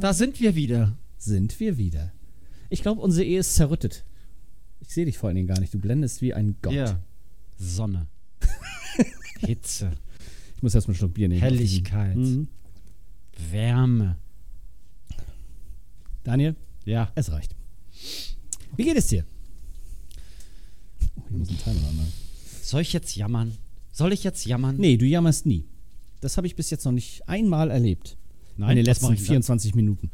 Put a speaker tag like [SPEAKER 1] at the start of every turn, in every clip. [SPEAKER 1] Da sind wir wieder.
[SPEAKER 2] Ah. Sind wir wieder. Ich glaube, unsere Ehe ist zerrüttet. Ich sehe dich vor allen Dingen gar nicht. Du blendest wie ein Gott.
[SPEAKER 1] Ja. Sonne. Hitze.
[SPEAKER 2] Ich muss erstmal einen Schluck Bier nehmen.
[SPEAKER 1] Helligkeit.
[SPEAKER 2] Mhm.
[SPEAKER 1] Wärme.
[SPEAKER 2] Daniel,
[SPEAKER 1] Ja.
[SPEAKER 2] es reicht. Wie geht es dir? Oh, ich muss einen Timer anmachen.
[SPEAKER 1] Soll ich jetzt jammern? Soll ich jetzt jammern?
[SPEAKER 2] Nee, du jammerst nie. Das habe ich bis jetzt noch nicht einmal erlebt.
[SPEAKER 1] Nein,
[SPEAKER 2] in den
[SPEAKER 1] das mach
[SPEAKER 2] letzten
[SPEAKER 1] ich dann.
[SPEAKER 2] 24 Minuten.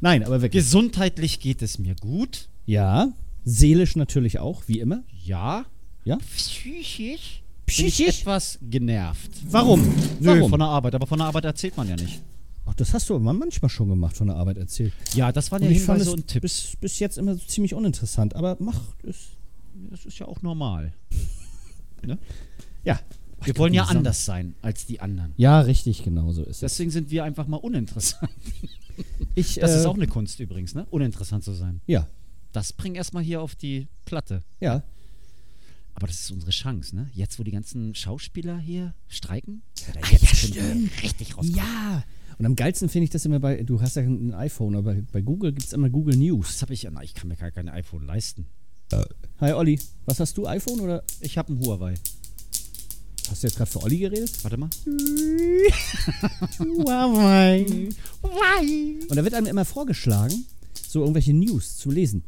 [SPEAKER 2] Nein, aber wirklich.
[SPEAKER 1] Gesundheitlich geht es mir gut.
[SPEAKER 2] ja, seelisch natürlich auch, wie immer.
[SPEAKER 1] Ja.
[SPEAKER 2] Ja?
[SPEAKER 1] Psychisch. Bin ich
[SPEAKER 2] Psychisch?
[SPEAKER 1] etwas genervt.
[SPEAKER 2] Warum?
[SPEAKER 1] Nö,
[SPEAKER 2] Warum?
[SPEAKER 1] von der Arbeit. Aber von der Arbeit erzählt man ja nicht.
[SPEAKER 2] Ach, das hast du aber manchmal schon gemacht, von der Arbeit erzählt.
[SPEAKER 1] Ja, das waren
[SPEAKER 2] Und
[SPEAKER 1] ja
[SPEAKER 2] ich fand
[SPEAKER 1] Hinweise
[SPEAKER 2] es
[SPEAKER 1] und Tipps.
[SPEAKER 2] bis, bis jetzt immer so ziemlich uninteressant, aber mach es.
[SPEAKER 1] Das ist ja auch normal.
[SPEAKER 2] Ja.
[SPEAKER 1] Wir wollen ja
[SPEAKER 2] die Sonne.
[SPEAKER 1] anders sein als die anderen.
[SPEAKER 2] Ja, richtig, genau so ist es.
[SPEAKER 1] Deswegen sind wir einfach mal uninteressant.
[SPEAKER 2] Ich,
[SPEAKER 1] Das
[SPEAKER 2] äh,
[SPEAKER 1] ist auch eine Kunst übrigens, ne? Uninteressant zu sein.
[SPEAKER 2] Ja,
[SPEAKER 1] Das bring erstmal hier auf die Platte.
[SPEAKER 2] ja.
[SPEAKER 1] Aber das ist unsere Chance, ne? Jetzt, wo die ganzen Schauspieler hier streiken, ja,
[SPEAKER 2] Ah, ja,
[SPEAKER 1] können wir richtig raus.
[SPEAKER 2] Ja. Und am geilsten finde ich das immer bei, du hast ja ein iPhone, aber bei Google gibt es immer Google News.
[SPEAKER 1] Das habe ich ja. na, Ich kann mir gar kein iPhone leisten.
[SPEAKER 2] Hi Olli, was hast du, iPhone oder
[SPEAKER 1] Ich habe ein Huawei.
[SPEAKER 2] hast du jetzt gerade für Olli geredet?
[SPEAKER 1] Warte mal.
[SPEAKER 2] Huawei.
[SPEAKER 1] Huawei.
[SPEAKER 2] Und da wird einem immer vorgeschlagen, so irgendwelche News zu lesen.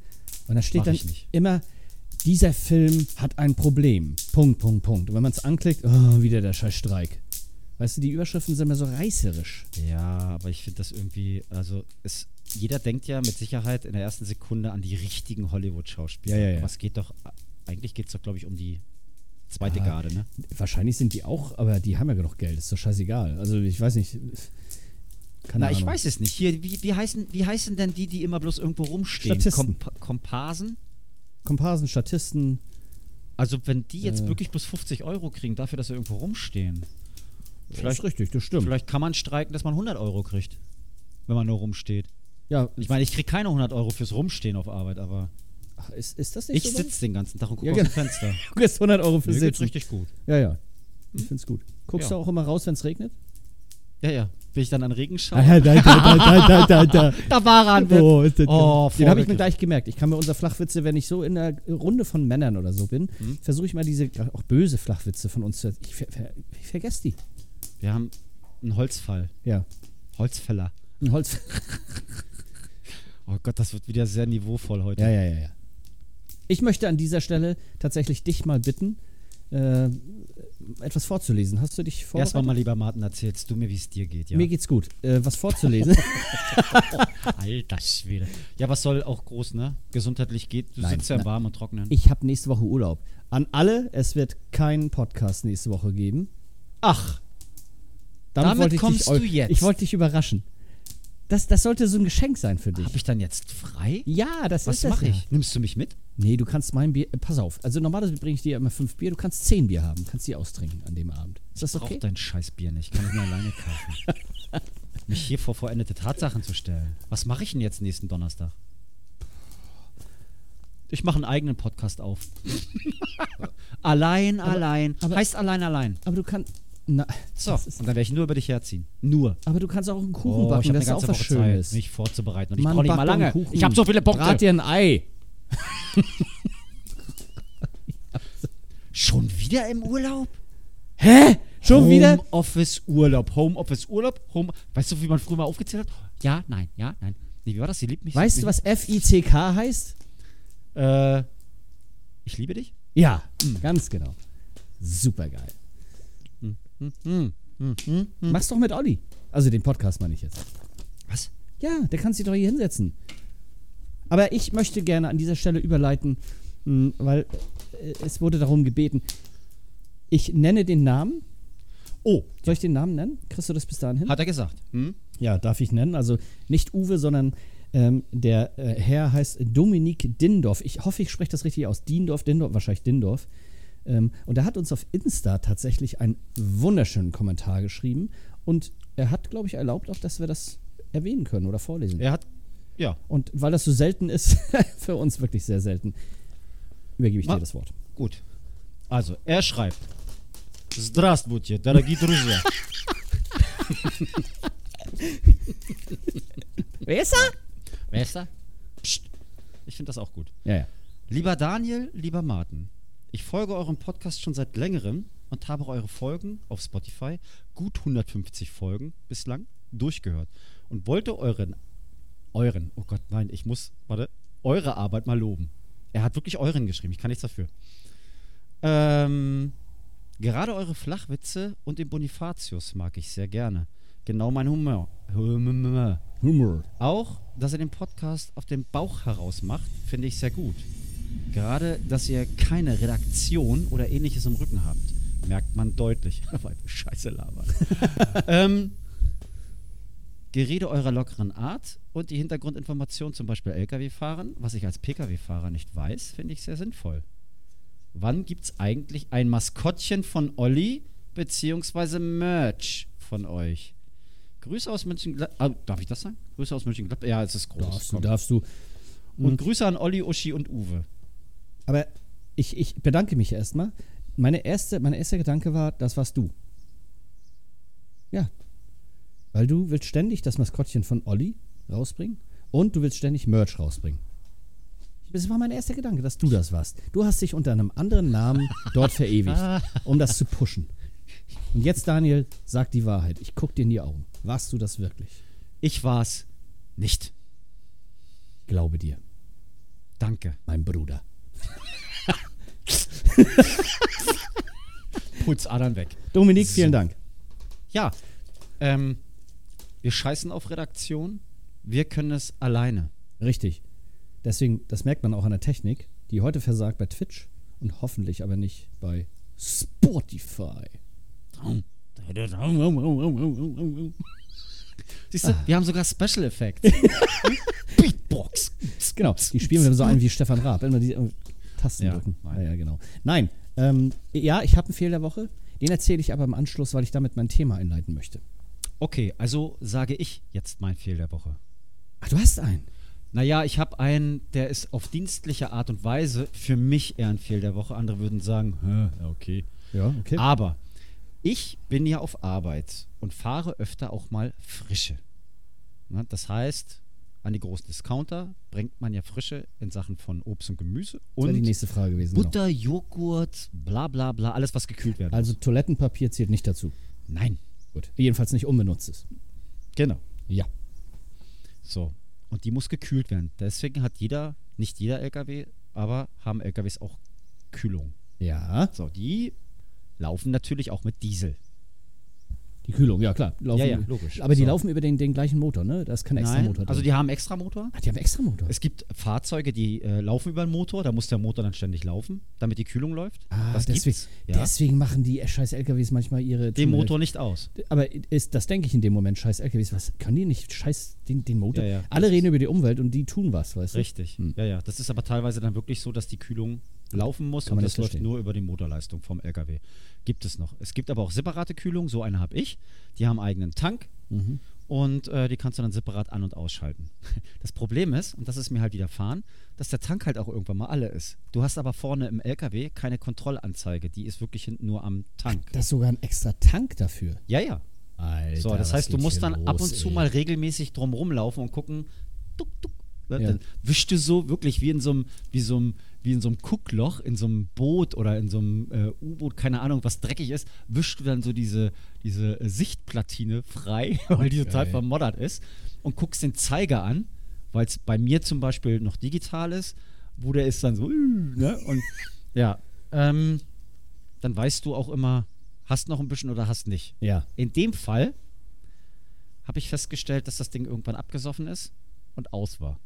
[SPEAKER 2] Und da steht
[SPEAKER 1] Mach
[SPEAKER 2] dann
[SPEAKER 1] ich nicht.
[SPEAKER 2] immer, dieser Film hat ein Problem. Punkt, Punkt, Punkt. Und wenn man es anklickt, oh, wieder der scheiß Streik. Weißt du, die Überschriften sind immer so reißerisch.
[SPEAKER 1] Ja, aber ich finde das irgendwie, also es, jeder denkt ja mit Sicherheit in der ersten Sekunde an die richtigen Hollywood-Schauspieler.
[SPEAKER 2] Ja, ja, ja.
[SPEAKER 1] Aber es geht doch, eigentlich geht es doch, glaube ich, um die zweite
[SPEAKER 2] Ah.
[SPEAKER 1] Garde, ne?
[SPEAKER 2] Wahrscheinlich sind die auch, aber die haben ja genug Geld, ist doch scheißegal. Also ich weiß nicht. Keine
[SPEAKER 1] Na, ich
[SPEAKER 2] Ahnung.
[SPEAKER 1] weiß es nicht. Hier, wie, wie, heißen, wie heißen denn die, die immer bloß irgendwo rumstehen?
[SPEAKER 2] Statisten.
[SPEAKER 1] Komp Komparsen?
[SPEAKER 2] Komparsen, Statisten.
[SPEAKER 1] Also wenn die jetzt
[SPEAKER 2] Ja.
[SPEAKER 1] wirklich bloß 50 Euro kriegen dafür, dass sie irgendwo rumstehen. Vielleicht,
[SPEAKER 2] ist richtig, das stimmt.
[SPEAKER 1] vielleicht kann man streiken, dass man 100 Euro kriegt, wenn man nur rumsteht.
[SPEAKER 2] Ja,
[SPEAKER 1] Ich meine, ich kriege keine 100 Euro fürs Rumstehen auf Arbeit, aber
[SPEAKER 2] ach, ist, ist das nicht
[SPEAKER 1] ich
[SPEAKER 2] so?
[SPEAKER 1] sitze den ganzen Tag und gucke
[SPEAKER 2] Ja,
[SPEAKER 1] aus
[SPEAKER 2] genau.
[SPEAKER 1] dem Fenster.
[SPEAKER 2] Du kriegst 100 Euro für
[SPEAKER 1] Mir geht's
[SPEAKER 2] Sitzen.
[SPEAKER 1] richtig gut.
[SPEAKER 2] Ja, ja. Ich find's gut. Guckst
[SPEAKER 1] Ja.
[SPEAKER 2] du auch immer raus, wenn's regnet? Ah,
[SPEAKER 1] Ja, ja. Bin ich dann an Regenschau?
[SPEAKER 2] da, da, da, da, da, da.
[SPEAKER 1] Da war er an
[SPEAKER 2] Oh, ist das
[SPEAKER 1] Oh,
[SPEAKER 2] den habe ich
[SPEAKER 1] vorgegriffen.
[SPEAKER 2] mir gleich gemerkt. Ich kann mir unser Flachwitze, wenn ich so in einer Runde von Männern oder so bin,
[SPEAKER 1] Mhm.
[SPEAKER 2] versuche ich mal diese auch böse Flachwitze von uns zu. Ich, ver ver ich vergesse die.
[SPEAKER 1] Wir haben einen Holzfall.
[SPEAKER 2] Ja.
[SPEAKER 1] Holzfäller.
[SPEAKER 2] Ein Holz.
[SPEAKER 1] Oh Gott, das wird wieder sehr niveauvoll heute.
[SPEAKER 2] Ja, ja, ja, ja. Ich möchte an dieser Stelle tatsächlich dich mal bitten, äh, etwas vorzulesen. Hast du dich vorbereitet?
[SPEAKER 1] Erstmal mal, lieber Martin, erzählst du mir, wie es dir geht, ja?
[SPEAKER 2] Mir geht's gut. Äh, was vorzulesen?
[SPEAKER 1] Alter Schwede. Ja, was soll auch groß, ne? Gesundheitlich geht. Du
[SPEAKER 2] Nein,
[SPEAKER 1] sitzt ja im
[SPEAKER 2] nein.
[SPEAKER 1] Warmen und Trocknen.
[SPEAKER 2] Ich habe nächste Woche Urlaub. An alle, es wird keinen Podcast nächste Woche geben.
[SPEAKER 1] Ach, Damit
[SPEAKER 2] wollte ich
[SPEAKER 1] kommst
[SPEAKER 2] dich, eu-
[SPEAKER 1] du jetzt.
[SPEAKER 2] Ich wollte dich überraschen. Das, das sollte so ein Geschenk sein für dich.
[SPEAKER 1] habe ich dann jetzt frei?
[SPEAKER 2] Ja, das
[SPEAKER 1] Was
[SPEAKER 2] ist das.
[SPEAKER 1] mache
[SPEAKER 2] ja.
[SPEAKER 1] ich? Nimmst du mich mit?
[SPEAKER 2] Nee, du kannst mein Bier. äh, Pass auf. Also normalerweise bringe ich dir immer fünf Bier. Du kannst zehn Bier haben. Kannst die austrinken an dem Abend. Ist das
[SPEAKER 1] Brauch
[SPEAKER 2] okay?
[SPEAKER 1] dein Scheißbier nicht. Kann ich mir alleine kaufen. Mich hier vor vollendete Tatsachen zu stellen. Was mache ich denn jetzt nächsten Donnerstag? Ich mache einen eigenen Podcast auf. allein, allein.
[SPEAKER 2] aber-
[SPEAKER 1] heißt allein, allein.
[SPEAKER 2] Aber du kannst. Na,
[SPEAKER 1] So,
[SPEAKER 2] das ist-
[SPEAKER 1] und dann werde ich nur über dich herziehen. Nur.
[SPEAKER 2] aber du kannst auch einen Kuchen backen.
[SPEAKER 1] Oh, hab
[SPEAKER 2] Das ist auch was Schönes.
[SPEAKER 1] mich vorzubereiten. Und ich
[SPEAKER 2] Mann,
[SPEAKER 1] brauche nicht
[SPEAKER 2] back
[SPEAKER 1] mal
[SPEAKER 2] doch einen
[SPEAKER 1] lange.
[SPEAKER 2] Kuchen.
[SPEAKER 1] Ich habe so viele Punkte.
[SPEAKER 2] Brat dir ein Ei.
[SPEAKER 1] Schon wieder im Urlaub?
[SPEAKER 2] Hä? Schon
[SPEAKER 1] Oh.
[SPEAKER 2] wieder?
[SPEAKER 1] Homeoffice Urlaub. Homeoffice Urlaub. Home weißt du, wie man früher mal aufgezählt hat? Ja, nein, ja, nein. Nee, wie war das? Sie liebt mich. sie
[SPEAKER 2] Weißt du,
[SPEAKER 1] liebt
[SPEAKER 2] was FICK heißt?
[SPEAKER 1] mich. Äh, ich liebe dich?
[SPEAKER 2] Ja,
[SPEAKER 1] Hm.
[SPEAKER 2] ganz genau. Supergeil.
[SPEAKER 1] hm,
[SPEAKER 2] Mach's doch mit Olli. Also den Podcast meine ich jetzt.
[SPEAKER 1] Was?
[SPEAKER 2] Ja, der kann sich doch hier hinsetzen. Aber ich möchte gerne an dieser Stelle überleiten, mh, weil äh, es wurde darum gebeten. Ich nenne den Namen.
[SPEAKER 1] Oh,
[SPEAKER 2] Soll ich den Namen nennen? Kriegst du das bis dahin hin?
[SPEAKER 1] hat er gesagt. Hm?
[SPEAKER 2] Ja, darf ich nennen. Also nicht Uwe, sondern ähm, der äh, Herr heißt Dominik Dindorf. Ich hoffe, ich spreche das richtig aus. Dindorf, Dindorf, wahrscheinlich Dindorf. Ähm, und er hat uns auf Insta tatsächlich einen wunderschönen Kommentar geschrieben. Und er hat, glaube ich, erlaubt auch, dass wir das erwähnen können oder vorlesen.
[SPEAKER 1] Er hat. Ja.
[SPEAKER 2] Und weil das so selten ist, für uns wirklich sehr selten, übergebe ich
[SPEAKER 1] Ma-
[SPEAKER 2] dir das Wort.
[SPEAKER 1] Gut. Also, er schreibt. Здравствуйте, дорогие друзья.
[SPEAKER 2] Wer ist er?
[SPEAKER 1] Wer ist da? Psst. Ich finde das auch gut.
[SPEAKER 2] Ja, ja.
[SPEAKER 1] Lieber Daniel, lieber Martin, ich folge eurem Podcast schon seit längerem und habe eure Folgen auf Spotify, gut 150 Folgen bislang, durchgehört und wollte euren, euren, oh Gott, nein, ich muss, warte, eure Arbeit mal loben. Er hat wirklich euren geschrieben, ich kann nichts dafür. Ähm, gerade eure Flachwitze und den Bonifatius mag ich sehr gerne. Genau mein Humor. Humor.
[SPEAKER 2] Humor.
[SPEAKER 1] Auch, dass ihr den Podcast auf den Bauch heraus macht, finde ich sehr gut. Gerade, dass ihr keine Redaktion oder ähnliches im Rücken habt, merkt man deutlich. Weil wir Scheiße labern. ähm, Gerede eurer lockeren Art und die Hintergrundinformation, zum Beispiel Lkw-Fahren, was ich als Pkw-Fahrer nicht weiß, finde ich sehr sinnvoll. Wann gibt's eigentlich ein Maskottchen von Olli beziehungsweise Merch von euch? Grüße aus München. Ah, darf ich das sagen? Grüße aus München. Ja, es ist groß.
[SPEAKER 2] Darfst du,
[SPEAKER 1] Komm.
[SPEAKER 2] darfst du.
[SPEAKER 1] Und Grüße an Olli, Uschi und Uwe.
[SPEAKER 2] Aber ich, ich bedanke mich erstmal. Meine erste, mein erster Gedanke war, das warst du. Ja. Weil du willst ständig das Maskottchen von Olli rausbringen und du willst ständig Merch rausbringen. Das war mein erster Gedanke, dass du das warst. Du hast dich unter einem anderen Namen dort verewigt, um das zu pushen. Und jetzt, Daniel, sag die Wahrheit. Ich guck dir in die Augen. Warst du das wirklich?
[SPEAKER 1] Ich war's nicht.
[SPEAKER 2] Glaube dir,
[SPEAKER 1] Danke.
[SPEAKER 2] mein Bruder.
[SPEAKER 1] Putz Adern weg.
[SPEAKER 2] Dominik, vielen Dank.
[SPEAKER 1] Ja, ähm, wir scheißen auf Redaktion. Wir können es alleine.
[SPEAKER 2] Richtig. Deswegen, das merkt man auch an der Technik, die heute versagt bei Twitch und hoffentlich aber nicht bei Spotify.
[SPEAKER 1] Siehst du, wir haben sogar Special Effects. Beatbox.
[SPEAKER 2] Genau, die spielen wir so ein wie Stefan Raab. Immer die äh, Tasten
[SPEAKER 1] Ja,
[SPEAKER 2] drücken.
[SPEAKER 1] nein.
[SPEAKER 2] Ah, ja, genau. Nein, ähm, ja, ich habe einen Fehler der Woche. Den erzähle ich aber im Anschluss, weil ich damit mein Thema einleiten möchte.
[SPEAKER 1] Okay, also sage ich jetzt mein Fehl der Woche.
[SPEAKER 2] Ach, Ah, du hast einen.
[SPEAKER 1] Naja, ich habe einen, der ist auf dienstliche Art und Weise für mich eher ein Fehl der Woche. Andere würden sagen, "Hä, ja, okay.
[SPEAKER 2] Ja, okay.
[SPEAKER 1] Aber ich bin ja auf Arbeit und fahre öfter auch mal frische. Ne, Das heißt, an die großen Discounter bringt man ja Frische in Sachen von Obst und Gemüse
[SPEAKER 2] das wäre die
[SPEAKER 1] und
[SPEAKER 2] nächste Frage gewesen. Genau.
[SPEAKER 1] Butter, Joghurt, bla bla bla, alles was gekühlt werden
[SPEAKER 2] Also Toilettenpapier zählt nicht dazu.
[SPEAKER 1] muss. Nein,
[SPEAKER 2] Gut. Jedenfalls nicht unbenutztes.
[SPEAKER 1] genau.
[SPEAKER 2] Ja.
[SPEAKER 1] So. Und die muss gekühlt werden. Deswegen hat jeder, nicht jeder LKW, aber haben LKWs auch Kühlung.
[SPEAKER 2] Ja.
[SPEAKER 1] So, die laufen natürlich auch mit Diesel.
[SPEAKER 2] Die Kühlung, ja klar. Laufen,
[SPEAKER 1] Ja, ja, logisch.
[SPEAKER 2] Aber die
[SPEAKER 1] So.
[SPEAKER 2] laufen über den, den gleichen Motor, ne? Da ist kein extra Motor
[SPEAKER 1] also die haben extra Motor.
[SPEAKER 2] Ah, die haben extra Motor.
[SPEAKER 1] Es gibt Fahrzeuge, die äh, laufen über den Motor, da muss der Motor dann ständig laufen, damit die Kühlung läuft. das
[SPEAKER 2] Ah, deswegen,
[SPEAKER 1] gibt's. Ja.
[SPEAKER 2] deswegen machen die scheiß LKWs manchmal ihre.
[SPEAKER 1] Den Motor nicht aus.
[SPEAKER 2] Aber ist, das denke ich in dem Moment, scheiß LKWs. Was können die nicht? Scheiß den, den Motor.
[SPEAKER 1] Ja, ja.
[SPEAKER 2] Alle reden über die Umwelt und die tun was, weißt du?
[SPEAKER 1] Richtig. Ja, ja. Das ist aber teilweise dann wirklich so, dass die Kühlung laufen muss
[SPEAKER 2] Kann
[SPEAKER 1] und
[SPEAKER 2] man
[SPEAKER 1] das
[SPEAKER 2] nicht
[SPEAKER 1] läuft
[SPEAKER 2] verstehen.
[SPEAKER 1] nur über die Motorleistung vom LKW. Gibt es noch. Es gibt aber auch separate Kühlung, so eine habe ich. Die haben eigenen Tank
[SPEAKER 2] Mhm.
[SPEAKER 1] und äh, die kannst du dann separat an- und ausschalten. Das Problem ist, und das ist mir halt widerfahren, dass der Tank halt auch irgendwann mal alle ist. Du hast aber vorne im LKW keine Kontrollanzeige, die ist wirklich hinten nur am Tank.
[SPEAKER 2] Das ist sogar ein extra Tank dafür.
[SPEAKER 1] Ja, ja.
[SPEAKER 2] Alter,
[SPEAKER 1] So, das
[SPEAKER 2] was
[SPEAKER 1] heißt, du
[SPEAKER 2] geht
[SPEAKER 1] musst
[SPEAKER 2] hier
[SPEAKER 1] dann ab
[SPEAKER 2] los,
[SPEAKER 1] und zu
[SPEAKER 2] ey?
[SPEAKER 1] mal regelmäßig drum rumlaufen und gucken, tuk, tuk, ne?
[SPEAKER 2] Ja.
[SPEAKER 1] dann wischst du so wirklich wie in so einem, wie so einem, wie in so einem Kuckloch, in so einem Boot oder in so einem äh, U-Boot, keine Ahnung, was dreckig ist, wischst du dann so diese, diese äh, Sichtplatine frei, weil die total
[SPEAKER 2] Geil.
[SPEAKER 1] vermoddert ist und guckst den Zeiger an, weil es bei mir zum Beispiel noch digital ist, wo der ist dann so, äh, ne? Und ja, ähm, dann weißt du auch immer, hast noch ein bisschen oder hast nicht.
[SPEAKER 2] Ja.
[SPEAKER 1] In dem Fall habe ich festgestellt, dass das Ding irgendwann abgesoffen ist und aus war.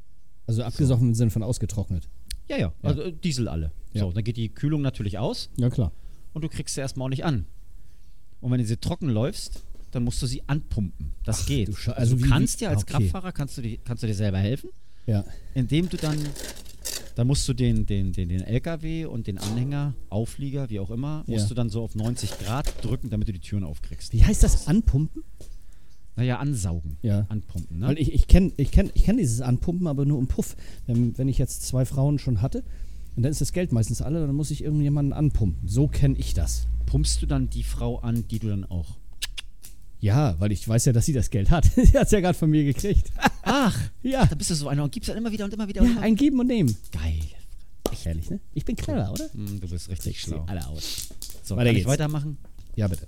[SPEAKER 2] Also abgesoffen im Sinne von ausgetrocknet.
[SPEAKER 1] Ja, ja, also äh, Diesel alle.
[SPEAKER 2] Ja.
[SPEAKER 1] So, dann geht die Kühlung natürlich aus
[SPEAKER 2] Ja, klar.
[SPEAKER 1] und du kriegst sie erstmal auch nicht an. Und wenn du sie trocken läufst, dann musst du sie anpumpen. Das geht.
[SPEAKER 2] du Sche-
[SPEAKER 1] also,
[SPEAKER 2] also
[SPEAKER 1] du
[SPEAKER 2] wie-
[SPEAKER 1] kannst
[SPEAKER 2] wie-
[SPEAKER 1] dir als
[SPEAKER 2] okay.
[SPEAKER 1] Kraftfahrer kannst du, dir, kannst du dir selber helfen,
[SPEAKER 2] Ja.
[SPEAKER 1] indem du dann dann musst du den, den, den, den LKW und den Anhänger, Auflieger, wie auch immer,
[SPEAKER 2] Ja.
[SPEAKER 1] musst du dann so auf 90 Grad drücken, damit du die Türen aufkriegst.
[SPEAKER 2] Wie heißt das? Anpumpen?
[SPEAKER 1] Naja, ansaugen.
[SPEAKER 2] Ja.
[SPEAKER 1] Anpumpen, ne?
[SPEAKER 2] Weil ich, ich kenne ich kenn, ich kenn dieses Anpumpen, aber nur im Puff. Ähm, Wenn, wenn ich jetzt zwei Frauen schon hatte, und dann ist das Geld meistens alle, dann muss ich irgendjemanden anpumpen. So kenne ich das.
[SPEAKER 1] pumpst du dann die Frau an, die du dann auch
[SPEAKER 2] Ja, weil ich weiß ja, dass sie das Geld hat. sie hat es ja gerade von mir gekriegt.
[SPEAKER 1] Ach,
[SPEAKER 2] ja,
[SPEAKER 1] da bist du so einer und gibst dann immer wieder und immer wieder. und
[SPEAKER 2] ja,
[SPEAKER 1] immer.
[SPEAKER 2] ein Geben und Nehmen.
[SPEAKER 1] Geil.
[SPEAKER 2] Ehrlich, ne? Ich bin clever, oder?
[SPEAKER 1] Hm, du bist richtig
[SPEAKER 2] Ich sehe
[SPEAKER 1] schlau.
[SPEAKER 2] alle aus.
[SPEAKER 1] So,
[SPEAKER 2] Weiter
[SPEAKER 1] kann ich
[SPEAKER 2] geht's.
[SPEAKER 1] weitermachen?
[SPEAKER 2] Ja, bitte.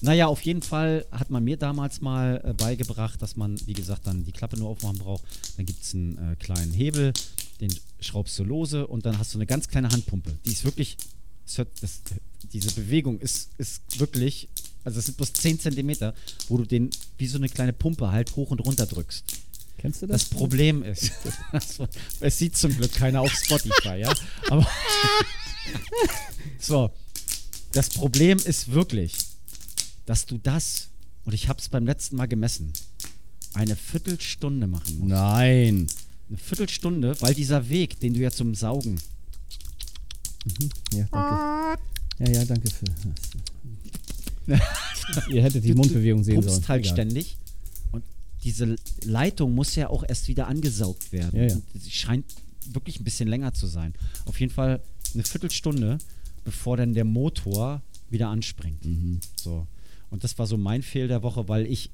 [SPEAKER 1] Naja, auf jeden Fall hat man mir damals mal äh, beigebracht, dass man, wie gesagt, dann die Klappe nur aufmachen braucht. Dann gibt es einen äh, kleinen Hebel, den schraubst du lose und dann hast du eine ganz kleine Handpumpe. Die ist wirklich, es hört, das, diese Bewegung ist, ist wirklich, also es sind bloß 10 Zentimeter, wo du den wie so eine kleine Pumpe halt hoch und runter drückst.
[SPEAKER 2] Kennst du
[SPEAKER 1] Das
[SPEAKER 2] das?
[SPEAKER 1] Problem ist, dass man- es sieht zum Glück keiner auf Spotify, ja. Aber so, das Problem ist wirklich, dass du das und ich habe es beim letzten Mal gemessen, eine Viertelstunde machen musst.
[SPEAKER 2] Nein.
[SPEAKER 1] Eine Viertelstunde, weil dieser Weg, den du ja zum Saugen,
[SPEAKER 2] Ja, danke. Ja, ja, danke für. Ihr hättet die Mundbewegung sehen sollen.
[SPEAKER 1] pumpst halt
[SPEAKER 2] Egal.
[SPEAKER 1] ständig und diese Leitung muss ja auch erst wieder angesaugt werden.
[SPEAKER 2] Ja, ja.
[SPEAKER 1] Und Sie scheint wirklich ein bisschen länger zu sein. Auf jeden Fall eine Viertelstunde, bevor dann der Motor wieder anspringt.
[SPEAKER 2] Mhm.
[SPEAKER 1] So. Und das war so mein Fehl der Woche, weil ich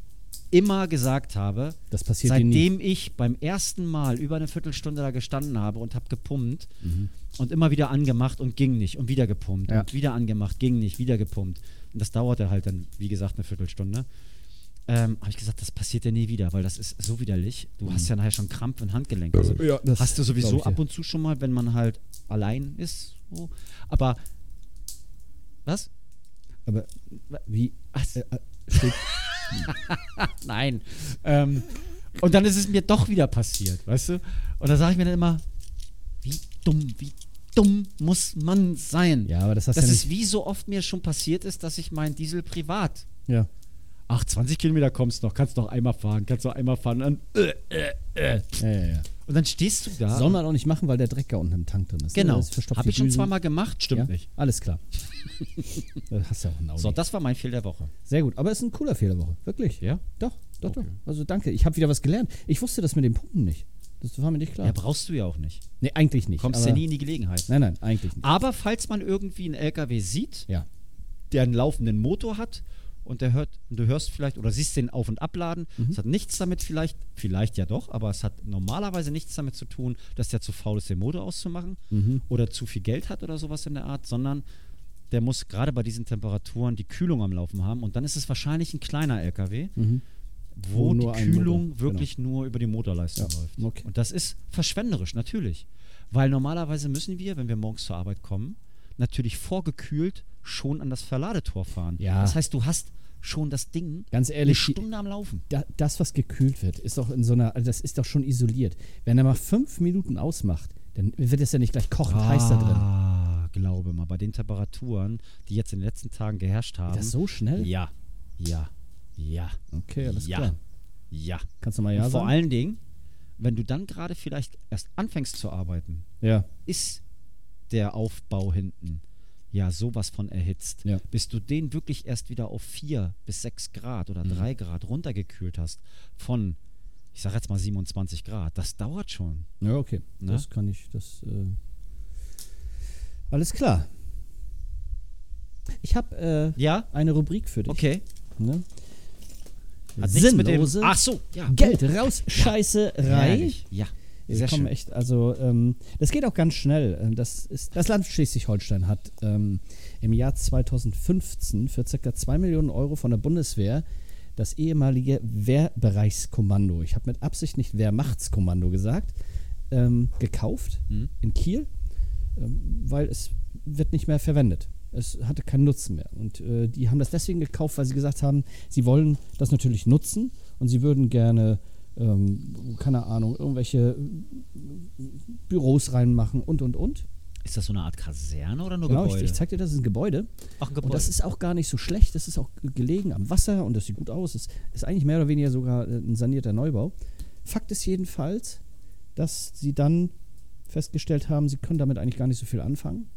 [SPEAKER 1] immer gesagt habe,
[SPEAKER 2] Das passiert dir nie.
[SPEAKER 1] seitdem ich beim ersten Mal über eine Viertelstunde da gestanden habe und habe gepumpt
[SPEAKER 2] Mhm.
[SPEAKER 1] und immer wieder angemacht und ging nicht und wieder gepumpt
[SPEAKER 2] Ja.
[SPEAKER 1] und wieder angemacht, ging nicht, wieder gepumpt. Und das dauerte halt dann, wie gesagt, eine Viertelstunde. Ähm, habe ich gesagt, das passiert ja nie wieder, weil das ist so widerlich. Du hast ja nachher schon Krampf im Handgelenk. Also,
[SPEAKER 2] Mhm. Ja, das
[SPEAKER 1] hast du
[SPEAKER 2] glaub
[SPEAKER 1] sowieso
[SPEAKER 2] ich dir.
[SPEAKER 1] ab und zu schon mal, wenn man halt allein ist. So. Aber was?
[SPEAKER 2] Aber wie.
[SPEAKER 1] Was?
[SPEAKER 2] Äh, äh, steht,
[SPEAKER 1] Nein. Ähm, und dann ist es mir doch wieder passiert, weißt du? Und da sage ich mir dann immer, wie dumm, wie dumm muss man sein?
[SPEAKER 2] ja, aber das hast
[SPEAKER 1] das
[SPEAKER 2] ja
[SPEAKER 1] ist
[SPEAKER 2] nicht.
[SPEAKER 1] wie so oft mir schon passiert ist, dass ich meinen Diesel privat.
[SPEAKER 2] Ja.
[SPEAKER 1] Ach, 20 Kilometer kommst noch, kannst noch einmal fahren, kannst noch einmal fahren. Und dann, äh.
[SPEAKER 2] Ja, ja, ja.
[SPEAKER 1] und dann stehst du da.
[SPEAKER 2] Soll man auch nicht machen, weil der Dreck da unten im Tank drin ist. ne?
[SPEAKER 1] genau.
[SPEAKER 2] Das verstopft
[SPEAKER 1] Habe
[SPEAKER 2] die
[SPEAKER 1] ich schon
[SPEAKER 2] Düsen.
[SPEAKER 1] zweimal gemacht, stimmt
[SPEAKER 2] ja?
[SPEAKER 1] nicht.
[SPEAKER 2] Alles klar. das hast ja auch ein Auge.
[SPEAKER 1] So, das war mein Fehl der Woche.
[SPEAKER 2] Sehr gut. Aber es ist ein cooler Fehlerwoche. Wirklich.
[SPEAKER 1] Ja?
[SPEAKER 2] Doch, doch,
[SPEAKER 1] Okay.
[SPEAKER 2] doch. Also danke. Ich habe wieder was gelernt. Ich wusste das mit den Pumpen nicht. Das war mir nicht klar.
[SPEAKER 1] Ja, brauchst du ja auch nicht.
[SPEAKER 2] nee, eigentlich nicht.
[SPEAKER 1] Kommst
[SPEAKER 2] aber-
[SPEAKER 1] ja nie in die Gelegenheit.
[SPEAKER 2] Nein, nein, eigentlich nicht.
[SPEAKER 1] Aber falls man irgendwie einen LKW sieht,
[SPEAKER 2] Ja.
[SPEAKER 1] der einen laufenden Motor hat und der hört, und du hörst vielleicht oder siehst den auf- und abladen.
[SPEAKER 2] Mhm.
[SPEAKER 1] Es hat nichts damit vielleicht, vielleicht ja doch, aber es hat normalerweise nichts damit zu tun, dass der zu faul ist, den Motor auszumachen
[SPEAKER 2] Mhm.
[SPEAKER 1] oder zu viel Geld hat oder sowas in der Art, sondern der muss gerade bei diesen Temperaturen die Kühlung am Laufen haben und dann ist es wahrscheinlich ein kleiner LKW, wo,
[SPEAKER 2] Mhm. Wo nur
[SPEAKER 1] die
[SPEAKER 2] ein Motor,
[SPEAKER 1] Kühlung
[SPEAKER 2] genau.
[SPEAKER 1] wirklich nur über die Motorleistung
[SPEAKER 2] Ja,
[SPEAKER 1] läuft.
[SPEAKER 2] okay.
[SPEAKER 1] Und das ist verschwenderisch, natürlich. Weil normalerweise müssen wir, wenn wir morgens zur Arbeit kommen, natürlich vorgekühlt schon an das Verladetor fahren.
[SPEAKER 2] Ja.
[SPEAKER 1] Das heißt, du hast schon das Ding
[SPEAKER 2] Ganz
[SPEAKER 1] eine
[SPEAKER 2] ehrlich, die-
[SPEAKER 1] Stunde am Laufen.
[SPEAKER 2] da, das, was gekühlt wird, ist doch in so einer, also das ist doch schon isoliert. Wenn er mal fünf Minuten ausmacht, dann wird es ja nicht gleich kochend heiß da drin.
[SPEAKER 1] Ah, glaube mal, bei den Temperaturen, die jetzt in den letzten Tagen geherrscht haben.
[SPEAKER 2] Geht das so schnell?
[SPEAKER 1] Ja, ja, ja.
[SPEAKER 2] Okay, alles
[SPEAKER 1] ja,
[SPEAKER 2] klar.
[SPEAKER 1] Ja.
[SPEAKER 2] Kannst du mal
[SPEAKER 1] Und
[SPEAKER 2] ja
[SPEAKER 1] vor
[SPEAKER 2] sagen?
[SPEAKER 1] allen Dingen, wenn du dann gerade vielleicht erst anfängst zu arbeiten,
[SPEAKER 2] Ja.
[SPEAKER 1] ist der Aufbau hinten ja sowas von erhitzt.
[SPEAKER 2] Ja.
[SPEAKER 1] Bis du den wirklich erst wieder auf 4 bis 6 Grad oder
[SPEAKER 2] Mhm.
[SPEAKER 1] 3 Grad runtergekühlt hast von, ich sag jetzt mal 27 Grad, das dauert schon.
[SPEAKER 2] Ja, okay.
[SPEAKER 1] Ne?
[SPEAKER 2] Das kann ich, das. Äh, alles klar. Ich habe äh,
[SPEAKER 1] Ja,
[SPEAKER 2] eine Rubrik für dich.
[SPEAKER 1] okay.
[SPEAKER 2] Ne?
[SPEAKER 1] Hat nichts mit dem,
[SPEAKER 2] Sinnlose
[SPEAKER 1] ach so, ja.
[SPEAKER 2] Geld raus, Scheißerei.
[SPEAKER 1] Herrlich, Ja,
[SPEAKER 2] Wir
[SPEAKER 1] sehr
[SPEAKER 2] kommen
[SPEAKER 1] schön.
[SPEAKER 2] echt, also ähm, das geht auch ganz schnell. Ähm, Das, ist, das Land Schleswig-Holstein hat ähm, im Jahr 2015 für ca. 2 Millionen Euro von der Bundeswehr das ehemalige Wehrbereichskommando, ich habe mit Absicht nicht Wehrmachtskommando gesagt, ähm, gekauft
[SPEAKER 1] Mhm.
[SPEAKER 2] in Kiel, ähm, weil es wird nicht mehr verwendet. Es hatte keinen Nutzen mehr. Und äh, die haben das deswegen gekauft, weil sie gesagt haben, sie wollen das natürlich nutzen und sie würden gerne, ähm, keine Ahnung, irgendwelche Büros reinmachen und und und.
[SPEAKER 1] Ist das so eine Art Kaserne oder nur
[SPEAKER 2] Genau, ich,
[SPEAKER 1] Gebäude?
[SPEAKER 2] ich zeig dir, das ist ein Gebäude.
[SPEAKER 1] Ach, ein
[SPEAKER 2] Und
[SPEAKER 1] Gebäude.
[SPEAKER 2] das ist auch gar nicht so schlecht. Das ist auch gelegen am Wasser und das sieht gut aus. Es ist eigentlich mehr oder weniger sogar äh, ein sanierter Neubau. Fakt ist jedenfalls, dass sie dann festgestellt haben, sie können damit eigentlich gar nicht so viel anfangen.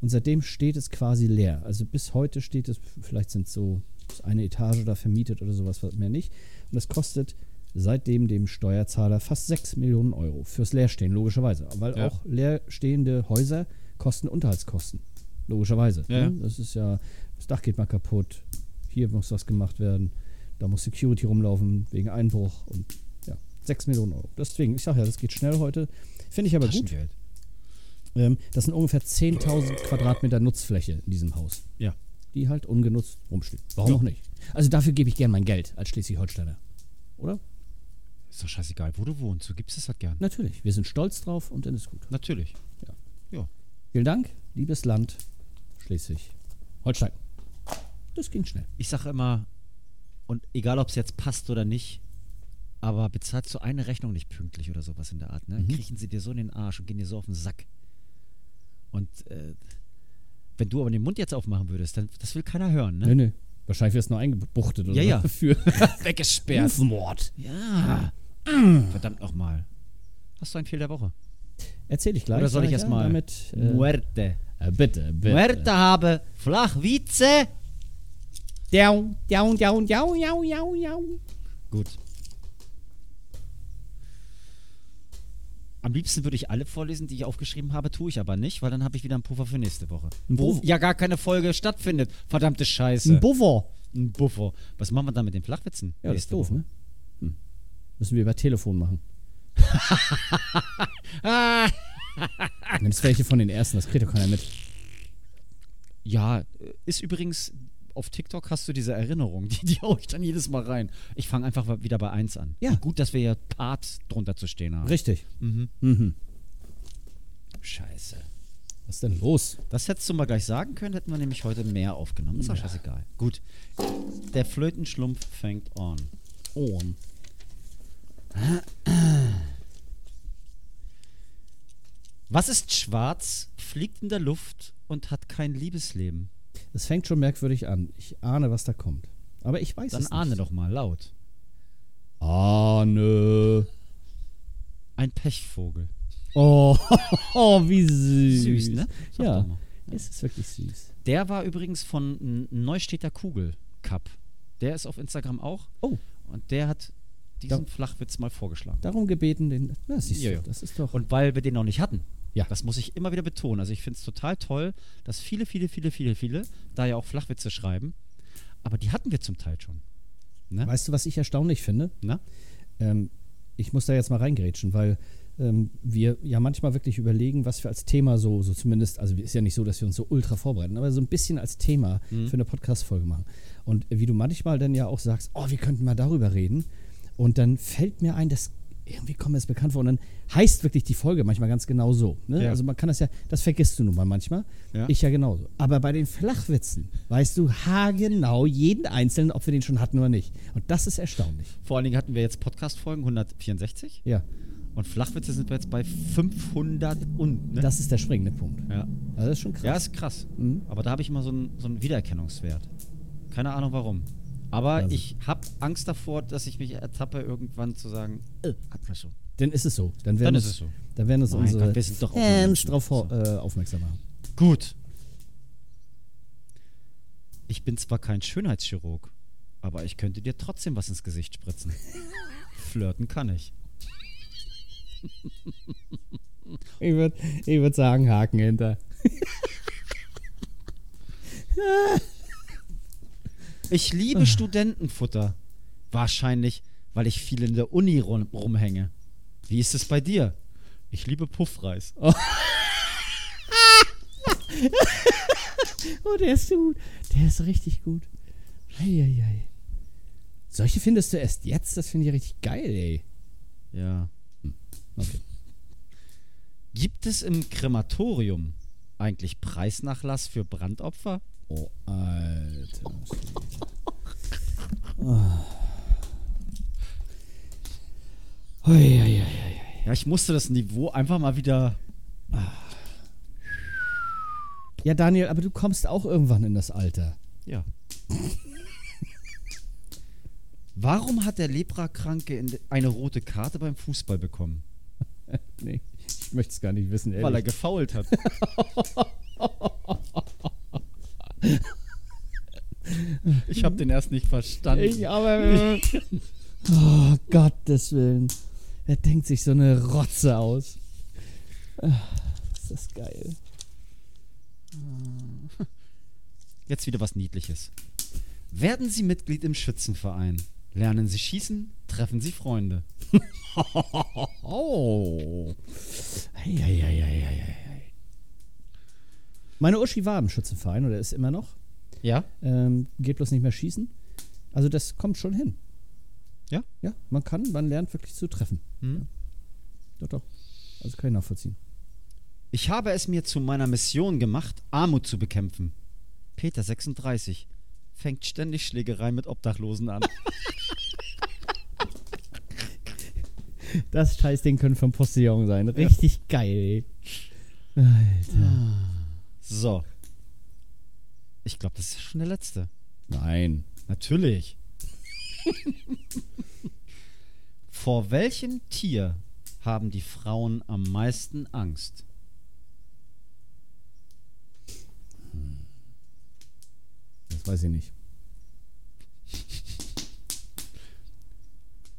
[SPEAKER 2] Und seitdem steht es quasi leer. Also bis heute steht es, vielleicht sind so ist eine Etage da vermietet oder sowas, was mehr nicht. Und das kostet seitdem dem Steuerzahler fast 6 Millionen Euro fürs Leerstehen, logischerweise. Weil
[SPEAKER 1] Ja.
[SPEAKER 2] auch leerstehende Häuser kosten Unterhaltskosten. Logischerweise.
[SPEAKER 1] Ja.
[SPEAKER 2] Ne? Das ist ja, das Dach geht mal kaputt, hier muss was gemacht werden, da muss Security rumlaufen wegen Einbruch und ja, 6 Millionen Euro. Deswegen, ich sage ja, das geht schnell heute. Finde ich aber gut.
[SPEAKER 1] Taschengeld.
[SPEAKER 2] Ähm, das sind ungefähr 10.000 Quadratmeter Nutzfläche in diesem Haus,
[SPEAKER 1] Ja.
[SPEAKER 2] die halt ungenutzt rumstehen. Warum
[SPEAKER 1] Ja.
[SPEAKER 2] auch nicht? Also dafür gebe ich gern mein Geld als Schleswig-Holsteiner. Oder?
[SPEAKER 1] Ist doch scheißegal, wo du wohnst. Du gibst es halt gern.
[SPEAKER 2] Natürlich. Wir sind stolz drauf und dann ist gut.
[SPEAKER 1] Natürlich.
[SPEAKER 2] Ja.
[SPEAKER 1] Ja.
[SPEAKER 2] Vielen Dank, liebes Land Schleswig-Holstein. Das ging schnell.
[SPEAKER 1] Ich sage immer, und egal ob es jetzt passt oder nicht, aber bezahlst du eine Rechnung nicht pünktlich oder sowas in der Art,
[SPEAKER 2] Mhm.
[SPEAKER 1] ne? Kriechen sie dir so in den Arsch und gehen dir so auf den Sack. Und äh, wenn du aber den Mund jetzt aufmachen würdest, dann das will keiner hören, ne?
[SPEAKER 2] Nö, nö. Wahrscheinlich wird es nur eingebuchtet oder
[SPEAKER 1] Ja, ja.
[SPEAKER 2] so. für
[SPEAKER 1] Weggesperrt.
[SPEAKER 2] Rufmord.
[SPEAKER 1] Ja. Verdammt nochmal. Hast du einen Fehl der Woche?
[SPEAKER 2] Erzähl ich gleich.
[SPEAKER 1] Oder soll ich
[SPEAKER 2] Ja,
[SPEAKER 1] erstmal?
[SPEAKER 2] Damit, äh,
[SPEAKER 1] Muerte.
[SPEAKER 2] äh, bitte, bitte.
[SPEAKER 1] Muerte habe Flachwitze.
[SPEAKER 2] Down, down, down, down, down, down, down.
[SPEAKER 1] Gut. Am liebsten würde ich alle vorlesen, die ich aufgeschrieben habe, tue ich aber nicht, weil dann habe ich wieder einen Puffer für nächste Woche.
[SPEAKER 2] Ein
[SPEAKER 1] Wo
[SPEAKER 2] Puffer?
[SPEAKER 1] ja gar keine Folge stattfindet. Verdammte Scheiße.
[SPEAKER 2] Ein Buffer.
[SPEAKER 1] Ein Buffer. Was machen wir dann mit den Flachwitzen?
[SPEAKER 2] Ja, das ist
[SPEAKER 1] nächste
[SPEAKER 2] doof,
[SPEAKER 1] Woche?
[SPEAKER 2] ne? Hm. Müssen wir über Telefon machen.
[SPEAKER 1] Ah,
[SPEAKER 2] Nimmst welche von den ersten, das kriegt doch keiner mit.
[SPEAKER 1] ja, äh, ist übrigens auf TikTok hast du diese Erinnerung, die, die hau ich dann jedes Mal rein. Ich fange einfach mal wieder bei 1 an.
[SPEAKER 2] Ja.
[SPEAKER 1] Und Gut, dass wir ja Part drunter zu stehen haben.
[SPEAKER 2] Richtig.
[SPEAKER 1] Mhm.
[SPEAKER 2] Mhm.
[SPEAKER 1] Scheiße.
[SPEAKER 2] Was ist denn los?
[SPEAKER 1] Das hättest du mal gleich sagen können, hätten wir nämlich heute mehr aufgenommen. Ist ja scheißegal. Gut. Der Flötenschlumpf fängt an.
[SPEAKER 2] Oh.
[SPEAKER 1] Was ist schwarz, fliegt in der Luft und hat kein Liebesleben?
[SPEAKER 2] Es fängt schon merkwürdig an. Ich ahne, was da kommt. Aber ich weiß
[SPEAKER 1] Dann
[SPEAKER 2] es
[SPEAKER 1] ahne
[SPEAKER 2] nicht.
[SPEAKER 1] doch mal laut.
[SPEAKER 2] Ahne.
[SPEAKER 1] Ein Pechvogel.
[SPEAKER 2] Oh, wie süß.
[SPEAKER 1] Süß, ne? Sag doch
[SPEAKER 2] ja.
[SPEAKER 1] mal.
[SPEAKER 2] Es ist wirklich süß.
[SPEAKER 1] Der war übrigens von N- Neustädter Kugel Cup. Der ist auf Instagram auch.
[SPEAKER 2] Oh.
[SPEAKER 1] Und der hat diesen Flachwitz mal vorgeschlagen.
[SPEAKER 2] Darum gebeten, den. Na, siehst
[SPEAKER 1] Ja,
[SPEAKER 2] du,
[SPEAKER 1] ja.
[SPEAKER 2] das ist doch.
[SPEAKER 1] Und weil wir den noch nicht hatten.
[SPEAKER 2] Ja.
[SPEAKER 1] Das muss ich immer wieder betonen. Also ich finde es total toll, dass viele, viele, viele, viele, viele da ja auch Flachwitze schreiben. Aber die hatten wir zum Teil schon.
[SPEAKER 2] weißt du, was ich erstaunlich finde?
[SPEAKER 1] Ne?
[SPEAKER 2] Ähm, ich muss da jetzt mal reingrätschen, weil ähm, wir ja manchmal wirklich überlegen, was wir als Thema so, so zumindest, also ist ja nicht so, dass wir uns so ultra vorbereiten, aber so ein bisschen als Thema
[SPEAKER 1] Mhm.
[SPEAKER 2] für eine Podcast-Folge machen. Und wie du manchmal dann ja auch sagst, oh, wir könnten mal darüber reden. Und dann fällt mir ein, dass irgendwie kommt mir das bekannt vor. Und dann heißt wirklich die Folge manchmal ganz genau so. Ne?
[SPEAKER 1] Ja.
[SPEAKER 2] Also man kann das ja, das vergisst du nun mal manchmal.
[SPEAKER 1] Ja.
[SPEAKER 2] Ich ja genauso. Aber bei den Flachwitzen weißt du haargenau jeden einzelnen, ob wir den schon hatten oder nicht. Und das ist erstaunlich.
[SPEAKER 1] Vor allen Dingen hatten wir jetzt Podcast-Folgen 164
[SPEAKER 2] Ja.
[SPEAKER 1] und Flachwitze sind wir jetzt bei 500 und. Ne?
[SPEAKER 2] Das ist der springende Punkt.
[SPEAKER 1] ja.
[SPEAKER 2] Also das ist schon krass. Mhm.
[SPEAKER 1] ja, ist krass. Aber da habe ich immer so einen so einen Wiedererkennungswert. Keine Ahnung warum. Aber
[SPEAKER 2] Also-
[SPEAKER 1] ich habe Angst davor, dass ich mich ertappe, irgendwann zu sagen, äh, hat man schon.
[SPEAKER 2] Dann ist es so. Dann werden
[SPEAKER 1] Dann
[SPEAKER 2] uns,
[SPEAKER 1] ist es so.
[SPEAKER 2] Dann werden uns
[SPEAKER 1] Mein
[SPEAKER 2] unsere
[SPEAKER 1] Gott, wir sind doch auch nur
[SPEAKER 2] Fans
[SPEAKER 1] Menschen.
[SPEAKER 2] drauf
[SPEAKER 1] So.
[SPEAKER 2] äh, aufmerksam machen.
[SPEAKER 1] Gut. Ich bin zwar kein Schönheitschirurg, aber ich könnte dir trotzdem was ins Gesicht spritzen. Flirten kann ich.
[SPEAKER 2] Ich würde ich würd sagen, Haken hinter.
[SPEAKER 1] Ich liebe Studentenfutter. Wahrscheinlich, weil ich viel in der Uni rum, rumhänge. Wie ist es bei dir? Ich liebe Puffreis.
[SPEAKER 2] Oh, der ist gut. Der ist richtig gut. Eieiei. Solche findest du erst jetzt? Das finde ich richtig geil, ey.
[SPEAKER 1] Ja.
[SPEAKER 2] Okay.
[SPEAKER 1] Gibt es im Krematorium eigentlich Preisnachlass für Brandopfer?
[SPEAKER 2] Oh, Alter. Ah. Oh. Eieiei.
[SPEAKER 1] Ja, ich musste das Niveau einfach mal wieder.
[SPEAKER 2] Ja, Daniel, aber du kommst auch irgendwann in das Alter.
[SPEAKER 1] Ja. Warum hat der Leprakranke in- eine rote Karte beim Fußball bekommen?
[SPEAKER 2] Nee, ich möchte es gar nicht wissen,
[SPEAKER 1] Weil er gefault hat. ich habe den erst nicht verstanden.
[SPEAKER 2] Ich, aber. oh, Gottes Willen. Wer denkt sich so eine Rotze aus? Ah, Ist das geil.
[SPEAKER 1] Jetzt wieder was Niedliches. Werden Sie Mitglied im Schützenverein. Lernen Sie schießen, treffen Sie Freunde. oh.
[SPEAKER 2] Ei, ei, ei, ei, ei, ei, ei. Meine Uschi war im Schützenverein oder ist immer noch.
[SPEAKER 1] Ja?
[SPEAKER 2] Ähm, geht bloß nicht mehr schießen. Also das kommt schon hin.
[SPEAKER 1] Ja?
[SPEAKER 2] Ja, man kann, man lernt wirklich zu treffen.
[SPEAKER 1] Hm.
[SPEAKER 2] Doch, doch. Also kann ich nachvollziehen.
[SPEAKER 1] Ich habe es mir zu meiner Mission gemacht, Armut zu bekämpfen. Peter 36 fängt ständig Schlägerei mit Obdachlosen an.
[SPEAKER 2] Das Scheißding könnte vom Postillon sein. Richtig geil, ey. Alter.
[SPEAKER 1] So. Ich glaube, das ist schon der letzte.
[SPEAKER 2] Nein.
[SPEAKER 1] Natürlich. Vor welchem Tier haben die Frauen am meisten Angst?
[SPEAKER 2] Das weiß ich nicht.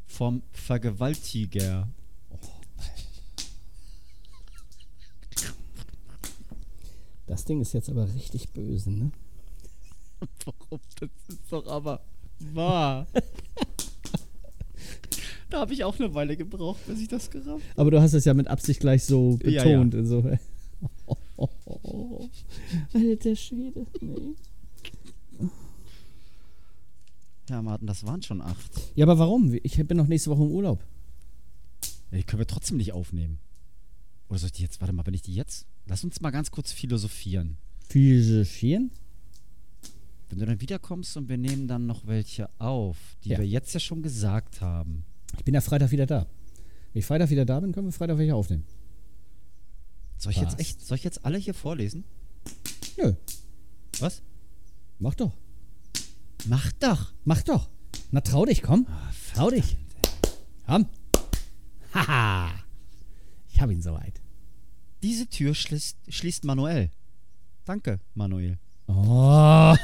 [SPEAKER 1] Vom Vergewaltiger.
[SPEAKER 2] Das Ding ist jetzt aber richtig böse, ne?
[SPEAKER 1] Warum? Oh Das ist doch aber wahr. da habe ich auch eine Weile gebraucht, bis ich das gerafft
[SPEAKER 2] Aber du hast es ja mit Absicht gleich so
[SPEAKER 1] Ja,
[SPEAKER 2] betont. Ja, So. Alter Schwede. Nee.
[SPEAKER 1] Ja, Martin, das waren schon acht.
[SPEAKER 2] Ja, aber warum? Ich bin noch nächste Woche im Urlaub.
[SPEAKER 1] Ja, Die können wir trotzdem nicht aufnehmen. Oder soll ich die jetzt, warte mal, wenn ich die jetzt. Lass uns mal ganz kurz philosophieren.
[SPEAKER 2] Physischieren?
[SPEAKER 1] Wenn du dann wiederkommst und wir nehmen dann noch welche auf, die
[SPEAKER 2] Ja.
[SPEAKER 1] wir jetzt ja schon gesagt haben.
[SPEAKER 2] Ich bin ja Freitag wieder da. Wenn ich Freitag wieder da bin, können wir Freitag welche aufnehmen.
[SPEAKER 1] Soll ich jetzt
[SPEAKER 2] Passt.
[SPEAKER 1] echt, soll ich jetzt alle hier vorlesen?
[SPEAKER 2] Nö,
[SPEAKER 1] Was?
[SPEAKER 2] mach doch.
[SPEAKER 1] Mach doch!
[SPEAKER 2] Mach doch. Na, trau dich, komm. trau dich. Komm. Haha. Ich hab ihn soweit.
[SPEAKER 1] Diese Tür schließt, schließt Manuel. Danke, Manuel.
[SPEAKER 2] Oh.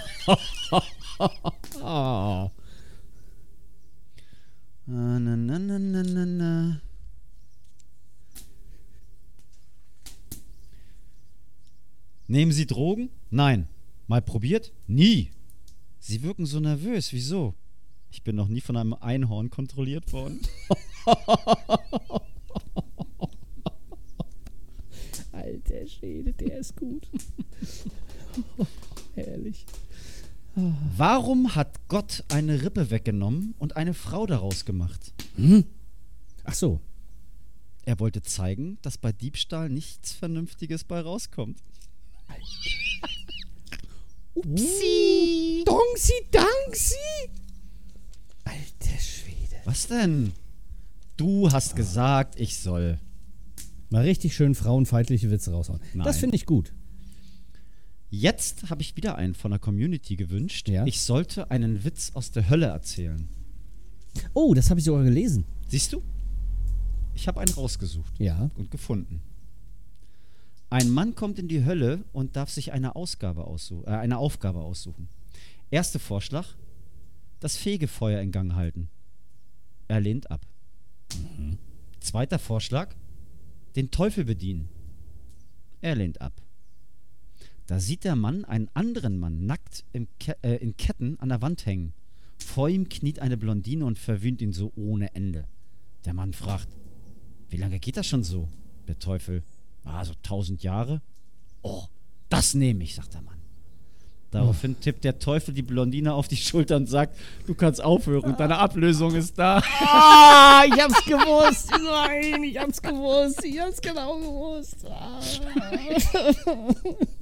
[SPEAKER 2] oh.
[SPEAKER 1] Ah. Na, na, na, na, na, na, na. Nehmen Sie Drogen? Nein. Mal probiert? Nie. Sie wirken so nervös. Wieso? Ich bin noch nie von einem Einhorn kontrolliert worden.
[SPEAKER 2] Alter Schwede, der ist gut. herrlich.
[SPEAKER 1] Warum hat Gott eine Rippe weggenommen und eine Frau daraus gemacht?
[SPEAKER 2] Ach so.
[SPEAKER 1] Er wollte zeigen, dass bei Diebstahl nichts Vernünftiges bei rauskommt.
[SPEAKER 2] Upsi. Dongsi, Dangsi. Alter Schwede.
[SPEAKER 1] Was denn? Du hast gesagt, ich soll.
[SPEAKER 2] Mal richtig schön frauenfeindliche Witze raushauen.
[SPEAKER 1] Nein.
[SPEAKER 2] Das finde ich gut.
[SPEAKER 1] Jetzt habe ich wieder einen von der Community gewünscht.
[SPEAKER 2] Ja.
[SPEAKER 1] Ich sollte einen Witz aus der Hölle erzählen.
[SPEAKER 2] Oh, das habe ich sogar gelesen.
[SPEAKER 1] Siehst du? Ich habe einen rausgesucht
[SPEAKER 2] Ja.
[SPEAKER 1] und gefunden. Ein Mann kommt in die Hölle und darf sich eine, Ausgabe aussuchen, äh, eine Aufgabe aussuchen. Erster Vorschlag: Das Fegefeuer in Gang halten. Er lehnt ab. Zweiter Vorschlag: Den Teufel bedienen. Er lehnt ab. Da sieht der Mann einen anderen Mann nackt im Ke äh, in Ketten an der Wand hängen. Vor ihm kniet eine Blondine und verwöhnt ihn so ohne Ende. Der Mann fragt: wie lange geht das schon so? Der Teufel. Ah, so tausend Jahre? Oh, das nehme ich, sagt der Mann. Daraufhin tippt der Teufel die Blondine auf die Schulter und sagt, du kannst aufhören, deine Ablösung ist da.
[SPEAKER 2] Ah, ich hab's gewusst. Nein, ich hab's gewusst. Ich hab's genau gewusst. Ah.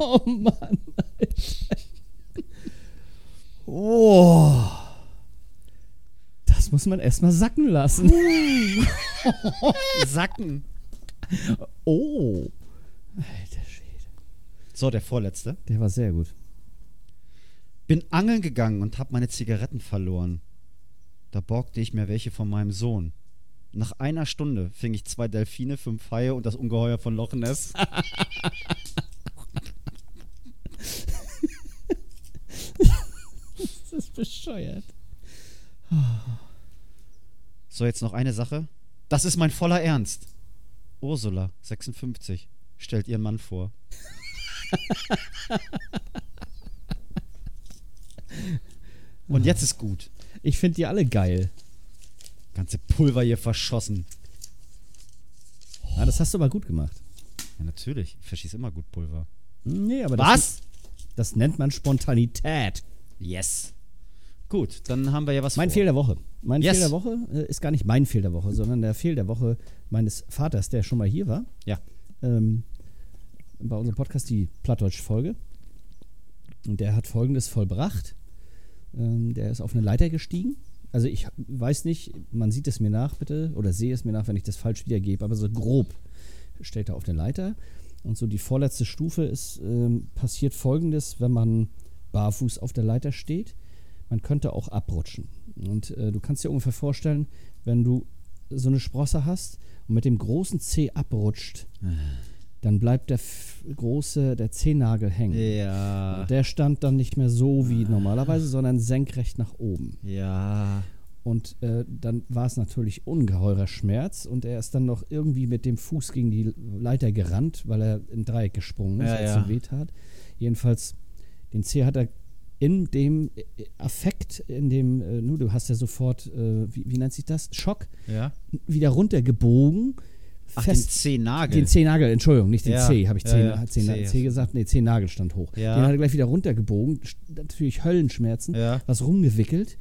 [SPEAKER 2] Oh Mann. Alter. Oh. Das muss man erstmal sacken lassen.
[SPEAKER 1] Sacken.
[SPEAKER 2] Oh. Alter Schwede.
[SPEAKER 1] So, der vorletzte.
[SPEAKER 2] Der war sehr gut.
[SPEAKER 1] Bin angeln gegangen und habe meine Zigaretten verloren. Da borgte ich mir welche von meinem Sohn. Nach einer Stunde fing ich zwei Delfine, fünf Haie und das Ungeheuer von Loch Ness.
[SPEAKER 2] Das ist bescheuert.
[SPEAKER 1] So, jetzt noch eine Sache. Das ist mein voller Ernst. Ursula, 56, stellt ihren Mann vor. Und jetzt ist gut.
[SPEAKER 2] Ich finde die alle geil.
[SPEAKER 1] Ganze Pulver hier verschossen.
[SPEAKER 2] Ja, das hast du aber gut gemacht.
[SPEAKER 1] Ja, natürlich. Ich verschieße immer gut Pulver.
[SPEAKER 2] Nee, aber das,
[SPEAKER 1] Was?
[SPEAKER 2] das nennt man Spontanität.
[SPEAKER 1] Yes. Gut, dann haben wir ja was
[SPEAKER 2] Mein
[SPEAKER 1] vor.
[SPEAKER 2] Fehl der Woche. Mein
[SPEAKER 1] Yes.
[SPEAKER 2] Fehl der Woche äh, ist gar nicht mein Fehl der Woche, sondern der Fehl der Woche meines Vaters, der schon mal hier war.
[SPEAKER 1] Ja.
[SPEAKER 2] Ähm, bei unserem Podcast die Plattdeutsch-Folge. Und der hat Folgendes vollbracht. Ähm, der ist auf eine Leiter gestiegen. Also ich weiß nicht, man sieht es mir nach bitte oder sehe es mir nach, wenn ich das falsch wiedergebe, aber so grob steht er auf der Leiter. Und so die vorletzte Stufe ist, ähm, passiert folgendes, wenn man barfuß auf der Leiter steht. Man könnte auch abrutschen. Und äh, du kannst dir ungefähr vorstellen, wenn du so eine Sprosse hast und mit dem großen Zeh abrutscht, dann bleibt der f- große, der Zehnagel hängen.
[SPEAKER 1] Ja.
[SPEAKER 2] Der stand dann nicht mehr so wie normalerweise, sondern senkrecht nach oben.
[SPEAKER 1] Ja.
[SPEAKER 2] Und äh, dann war es natürlich ungeheurer Schmerz und er ist dann noch irgendwie mit dem Fuß gegen die Leiter gerannt, weil er im Dreieck gesprungen ist,
[SPEAKER 1] Ja,
[SPEAKER 2] als
[SPEAKER 1] ja.
[SPEAKER 2] es ihm weh tat. Jedenfalls, den Zeh hat er in dem äh, Affekt, in dem, äh, nu, du hast ja sofort, äh, wie, wie nennt sich das? Schock,
[SPEAKER 1] Ja.
[SPEAKER 2] wieder runtergebogen.
[SPEAKER 1] Ach, den
[SPEAKER 2] fest-
[SPEAKER 1] Zehennagel.
[SPEAKER 2] den Zehennagel, Entschuldigung, nicht den
[SPEAKER 1] Ja,
[SPEAKER 2] Zeh, habe ich
[SPEAKER 1] ja,
[SPEAKER 2] Zehn,
[SPEAKER 1] ja,
[SPEAKER 2] Zehn,
[SPEAKER 1] Zeh.
[SPEAKER 2] Zeh gesagt, nee, Zehennagel stand hoch.
[SPEAKER 1] Ja.
[SPEAKER 2] Den hat er gleich wieder runtergebogen, st- natürlich Höllenschmerzen,
[SPEAKER 1] Ja.
[SPEAKER 2] was rumgewickelt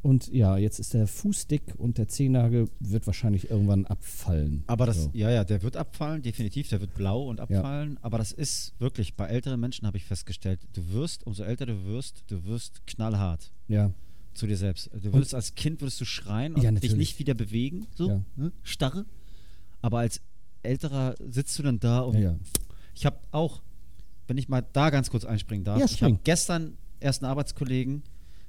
[SPEAKER 2] und ja, jetzt ist der Fuß dick und der Zehennagel wird wahrscheinlich irgendwann abfallen.
[SPEAKER 1] Aber das,
[SPEAKER 2] so.
[SPEAKER 1] ja, ja, der wird abfallen, definitiv, der wird blau und abfallen. Aber das ist wirklich, bei älteren Menschen habe ich festgestellt, du wirst, umso älter du wirst, du wirst knallhart
[SPEAKER 2] ja,
[SPEAKER 1] zu dir selbst. Du würdest als Kind würdest du schreien und
[SPEAKER 2] Ja,
[SPEAKER 1] dich
[SPEAKER 2] natürlich.
[SPEAKER 1] nicht wieder bewegen, so,
[SPEAKER 2] Ja.
[SPEAKER 1] ne? starre. Aber als älterer sitzt du dann da und
[SPEAKER 2] ja, ja.
[SPEAKER 1] ich habe auch, wenn ich mal da ganz kurz einspringen darf,
[SPEAKER 2] Ja,
[SPEAKER 1] ich habe
[SPEAKER 2] spring.
[SPEAKER 1] gestern erst einen Arbeitskollegen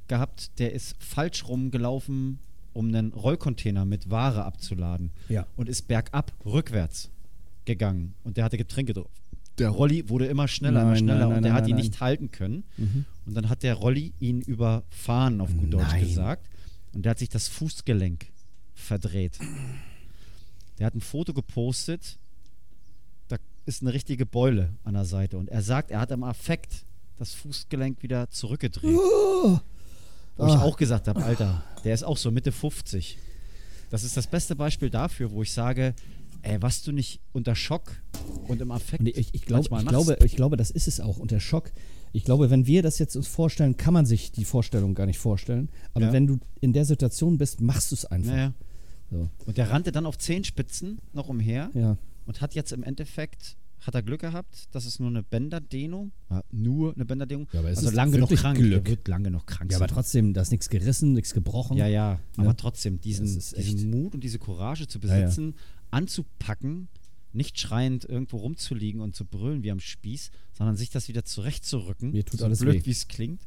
[SPEAKER 1] gehabt, der ist falsch rumgelaufen, um einen Rollcontainer mit Ware abzuladen
[SPEAKER 2] Ja.
[SPEAKER 1] und ist bergab rückwärts gegangen und der hatte Getränke drauf. Der Rolli wurde immer schneller, immer
[SPEAKER 2] Nein,
[SPEAKER 1] schneller
[SPEAKER 2] nein,
[SPEAKER 1] und
[SPEAKER 2] nein,
[SPEAKER 1] der
[SPEAKER 2] nein,
[SPEAKER 1] hat ihn
[SPEAKER 2] nein, Mhm.
[SPEAKER 1] nicht halten können. Und dann hat der Rolli ihn überfahren, auf gut Deutsch
[SPEAKER 2] Nein.
[SPEAKER 1] gesagt. Und der hat sich das Fußgelenk verdreht. Der hat ein Foto gepostet, da ist eine richtige Beule an der Seite. Und er sagt, er hat im Affekt das Fußgelenk wieder zurückgedreht. Wo ich
[SPEAKER 2] Ah.
[SPEAKER 1] auch gesagt habe, Alter, der ist auch so Mitte 50. Das ist das beste Beispiel dafür, wo ich sage, ey, was du nicht unter Schock und im Affekt
[SPEAKER 2] Und ich, ich, glaub,
[SPEAKER 1] manchmal
[SPEAKER 2] ich,
[SPEAKER 1] machst.
[SPEAKER 2] glaube, ich glaube, das ist es auch. Und der Schock, ich glaube, wenn wir das jetzt uns vorstellen, kann man sich die Vorstellung gar nicht vorstellen. Aber
[SPEAKER 1] Ja.
[SPEAKER 2] wenn du in der Situation bist, machst du es einfach.
[SPEAKER 1] Naja.
[SPEAKER 2] So.
[SPEAKER 1] Und der rannte dann auf Zehenspitzen noch umher
[SPEAKER 2] Ja.
[SPEAKER 1] und hat jetzt im Endeffekt, hat er Glück gehabt, dass es nur eine Bänderdehnung, ja, nur eine Bänderdehnung,
[SPEAKER 2] Ja, aber es
[SPEAKER 1] also
[SPEAKER 2] ist
[SPEAKER 1] lange genug
[SPEAKER 2] wirklich
[SPEAKER 1] krank,
[SPEAKER 2] Glück.
[SPEAKER 1] der wird lange noch krank
[SPEAKER 2] ja, aber
[SPEAKER 1] sein.
[SPEAKER 2] trotzdem, da ist nichts gerissen, nichts gebrochen.
[SPEAKER 1] Ja, ja, aber
[SPEAKER 2] Ne?
[SPEAKER 1] trotzdem, diesen,
[SPEAKER 2] Das ist echt-
[SPEAKER 1] diesen Mut und diese Courage zu
[SPEAKER 2] ja.
[SPEAKER 1] besitzen, anzupacken, nicht schreiend irgendwo rumzuliegen und zu brüllen wie am Spieß, sondern sich das wieder zurechtzurücken,
[SPEAKER 2] Mir tut
[SPEAKER 1] so
[SPEAKER 2] alles
[SPEAKER 1] blöd,
[SPEAKER 2] weh.
[SPEAKER 1] wie es klingt,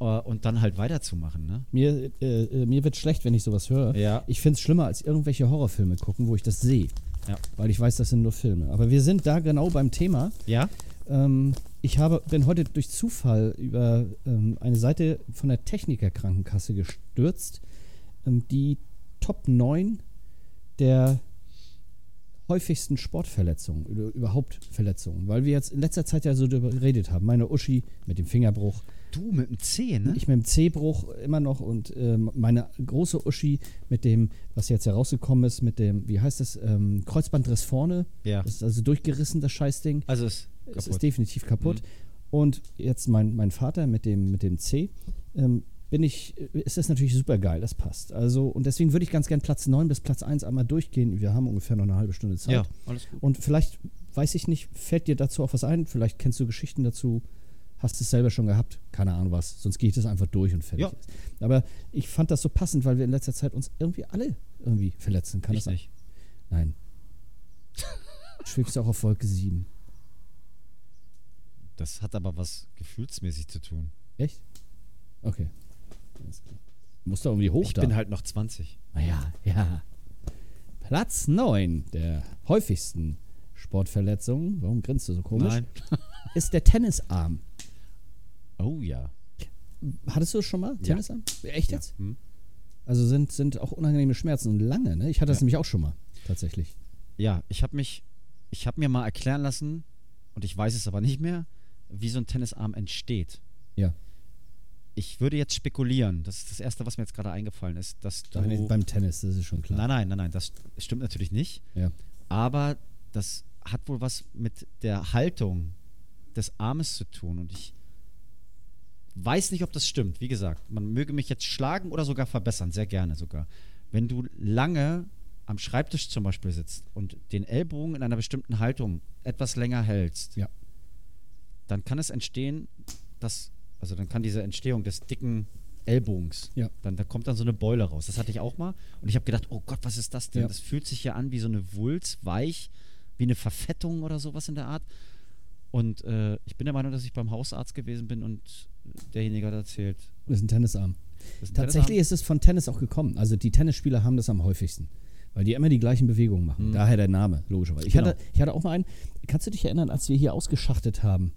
[SPEAKER 1] äh, und dann halt weiterzumachen, ne?
[SPEAKER 2] Mir, äh, äh, mir wird schlecht, wenn ich sowas höre.
[SPEAKER 1] Ja.
[SPEAKER 2] Ich finde es schlimmer, als irgendwelche Horrorfilme gucken, wo ich das sehe.
[SPEAKER 1] Ja.
[SPEAKER 2] Weil ich weiß, das sind nur Filme. Aber wir sind da genau beim Thema.
[SPEAKER 1] Ja?
[SPEAKER 2] Ähm, ich habe, bin heute durch Zufall über ähm, eine Seite von der Techniker Krankenkasse gestürzt, ähm, die Top 9 der häufigsten Sportverletzungen oder überhaupt Verletzungen, weil wir jetzt in letzter Zeit ja so darüber geredet haben. Meine Uschi mit dem Fingerbruch,
[SPEAKER 1] Du mit dem C, ne?
[SPEAKER 2] ich mit dem C-Bruch immer noch und ähm, meine große Uschi mit dem, was jetzt herausgekommen ist, mit dem, wie heißt das, ähm, Kreuzbandriss vorne.
[SPEAKER 1] Ja.
[SPEAKER 2] Das ist also durchgerissen, das Scheißding.
[SPEAKER 1] also es
[SPEAKER 2] Es ist definitiv
[SPEAKER 1] Mhm.
[SPEAKER 2] kaputt. Und jetzt mein, mein Vater mit dem, mit dem C, ähm, bin ich, äh, ist das natürlich super geil, das passt. Also, und deswegen würde ich ganz gern Platz 9 bis Platz 1 einmal durchgehen. Wir haben ungefähr noch eine halbe Stunde Zeit.
[SPEAKER 1] ja, alles gut.
[SPEAKER 2] Und vielleicht, weiß ich nicht, fällt dir dazu auch was ein? Vielleicht kennst du Geschichten dazu, hast es selber schon gehabt, keine Ahnung was. Sonst gehe ich das einfach durch und fertig
[SPEAKER 1] Ja.
[SPEAKER 2] ist. Aber ich fand das so passend, weil wir in letzter Zeit uns irgendwie alle irgendwie verletzen. Kann
[SPEAKER 1] Ich
[SPEAKER 2] das sein?
[SPEAKER 1] nicht.
[SPEAKER 2] Nein. Schwebst du auch auf Wolke 7.
[SPEAKER 1] Das hat aber was gefühlsmäßig zu tun.
[SPEAKER 2] Echt? Okay. Alles klar. Muss da irgendwie hoch
[SPEAKER 1] ich
[SPEAKER 2] da.
[SPEAKER 1] bin halt noch 20.
[SPEAKER 2] Ah ja, ja. Platz 9 der häufigsten Sportverletzungen, warum grinst du so komisch,
[SPEAKER 1] Nein.
[SPEAKER 2] ist der Tennisarm.
[SPEAKER 1] Oh ja.
[SPEAKER 2] Hattest du das schon mal?
[SPEAKER 1] Ja.
[SPEAKER 2] Tennisarm? Echt
[SPEAKER 1] Ja.
[SPEAKER 2] jetzt?
[SPEAKER 1] Hm?
[SPEAKER 2] Also sind, sind auch unangenehme Schmerzen und lange, ne? Ich hatte das
[SPEAKER 1] Ja.
[SPEAKER 2] nämlich auch schon mal, tatsächlich.
[SPEAKER 1] Ja, ich habe mich, ich habe mir mal erklären lassen, und ich weiß es aber nicht mehr, wie so ein Tennisarm entsteht.
[SPEAKER 2] Ja.
[SPEAKER 1] ich würde jetzt spekulieren, das ist das Erste, was mir jetzt gerade eingefallen ist, dass du.
[SPEAKER 2] Nein, beim Tennis, das ist schon klar.
[SPEAKER 1] nein, nein, nein, nein, das stimmt natürlich nicht.
[SPEAKER 2] Ja.
[SPEAKER 1] Aber das hat wohl was mit der Haltung des Armes zu tun. Und ich weiß nicht, ob das stimmt. Wie gesagt, man möge mich jetzt schlagen oder sogar verbessern, sehr gerne sogar. Wenn du lange am Schreibtisch zum Beispiel sitzt und den Ellbogen in einer bestimmten Haltung etwas länger hältst,
[SPEAKER 2] Ja.
[SPEAKER 1] dann kann es entstehen, dass, also dann kann diese Entstehung des dicken Ellbogens,
[SPEAKER 2] Ja.
[SPEAKER 1] dann da kommt dann so eine Beule raus. Das hatte ich auch mal und ich habe gedacht, oh Gott, was ist das denn?
[SPEAKER 2] Ja.
[SPEAKER 1] Das fühlt sich ja an wie so eine Wulst, weich, wie eine Verfettung oder sowas in der Art. Und äh, ich bin der Meinung, dass ich beim Hausarzt gewesen bin und derjenige hat erzählt.
[SPEAKER 2] Das ist ein Tennisarm.
[SPEAKER 1] das ist ein
[SPEAKER 2] Tatsächlich ist es von Tennis auch gekommen. Also die Tennisspieler haben das am häufigsten, weil die immer die gleichen Bewegungen machen. Daher der Name, logischerweise. Ich,
[SPEAKER 1] Hm. Genau.
[SPEAKER 2] hatte, ich hatte auch mal einen, kannst du dich erinnern, als wir hier ausgeschachtet haben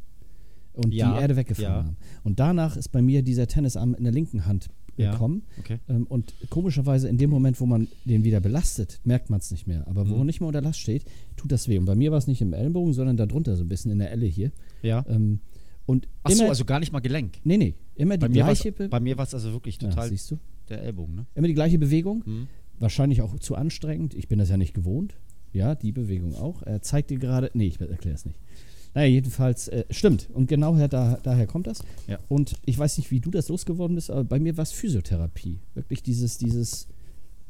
[SPEAKER 2] und
[SPEAKER 1] Ja,
[SPEAKER 2] die Erde weggefahren
[SPEAKER 1] ja.
[SPEAKER 2] haben? Und danach ist bei mir dieser Tennisarm in der linken Hand
[SPEAKER 1] Ja,
[SPEAKER 2] gekommen.
[SPEAKER 1] okay.
[SPEAKER 2] Ähm, und komischerweise in dem Moment, wo man den wieder belastet, merkt man es nicht mehr. Aber
[SPEAKER 1] Mhm.
[SPEAKER 2] wo er nicht mehr unter Last steht, tut das weh. Und bei mir war es nicht im Ellenbogen, sondern darunter so ein bisschen in der Elle hier.
[SPEAKER 1] Ja.
[SPEAKER 2] Ähm, und
[SPEAKER 1] Achso,
[SPEAKER 2] immer,
[SPEAKER 1] Äh, also gar nicht mal Gelenk.
[SPEAKER 2] nee, nee, immer die
[SPEAKER 1] Bei mir
[SPEAKER 2] gleiche Be-
[SPEAKER 1] war es also wirklich
[SPEAKER 2] ja,
[SPEAKER 1] total
[SPEAKER 2] siehst du?
[SPEAKER 1] der Ellbogen, ne?
[SPEAKER 2] Immer die gleiche Bewegung.
[SPEAKER 1] Mhm.
[SPEAKER 2] Wahrscheinlich auch zu anstrengend. Ich bin das ja nicht gewohnt. Ja, die Bewegung auch. Er zeigt dir gerade. Nee, ich erkläre es nicht. Naja, jedenfalls, äh, stimmt. Und genau her, da, daher kommt das.
[SPEAKER 1] Ja.
[SPEAKER 2] Und ich weiß nicht, wie du das losgeworden bist, aber bei mir war es Physiotherapie. Wirklich dieses, dieses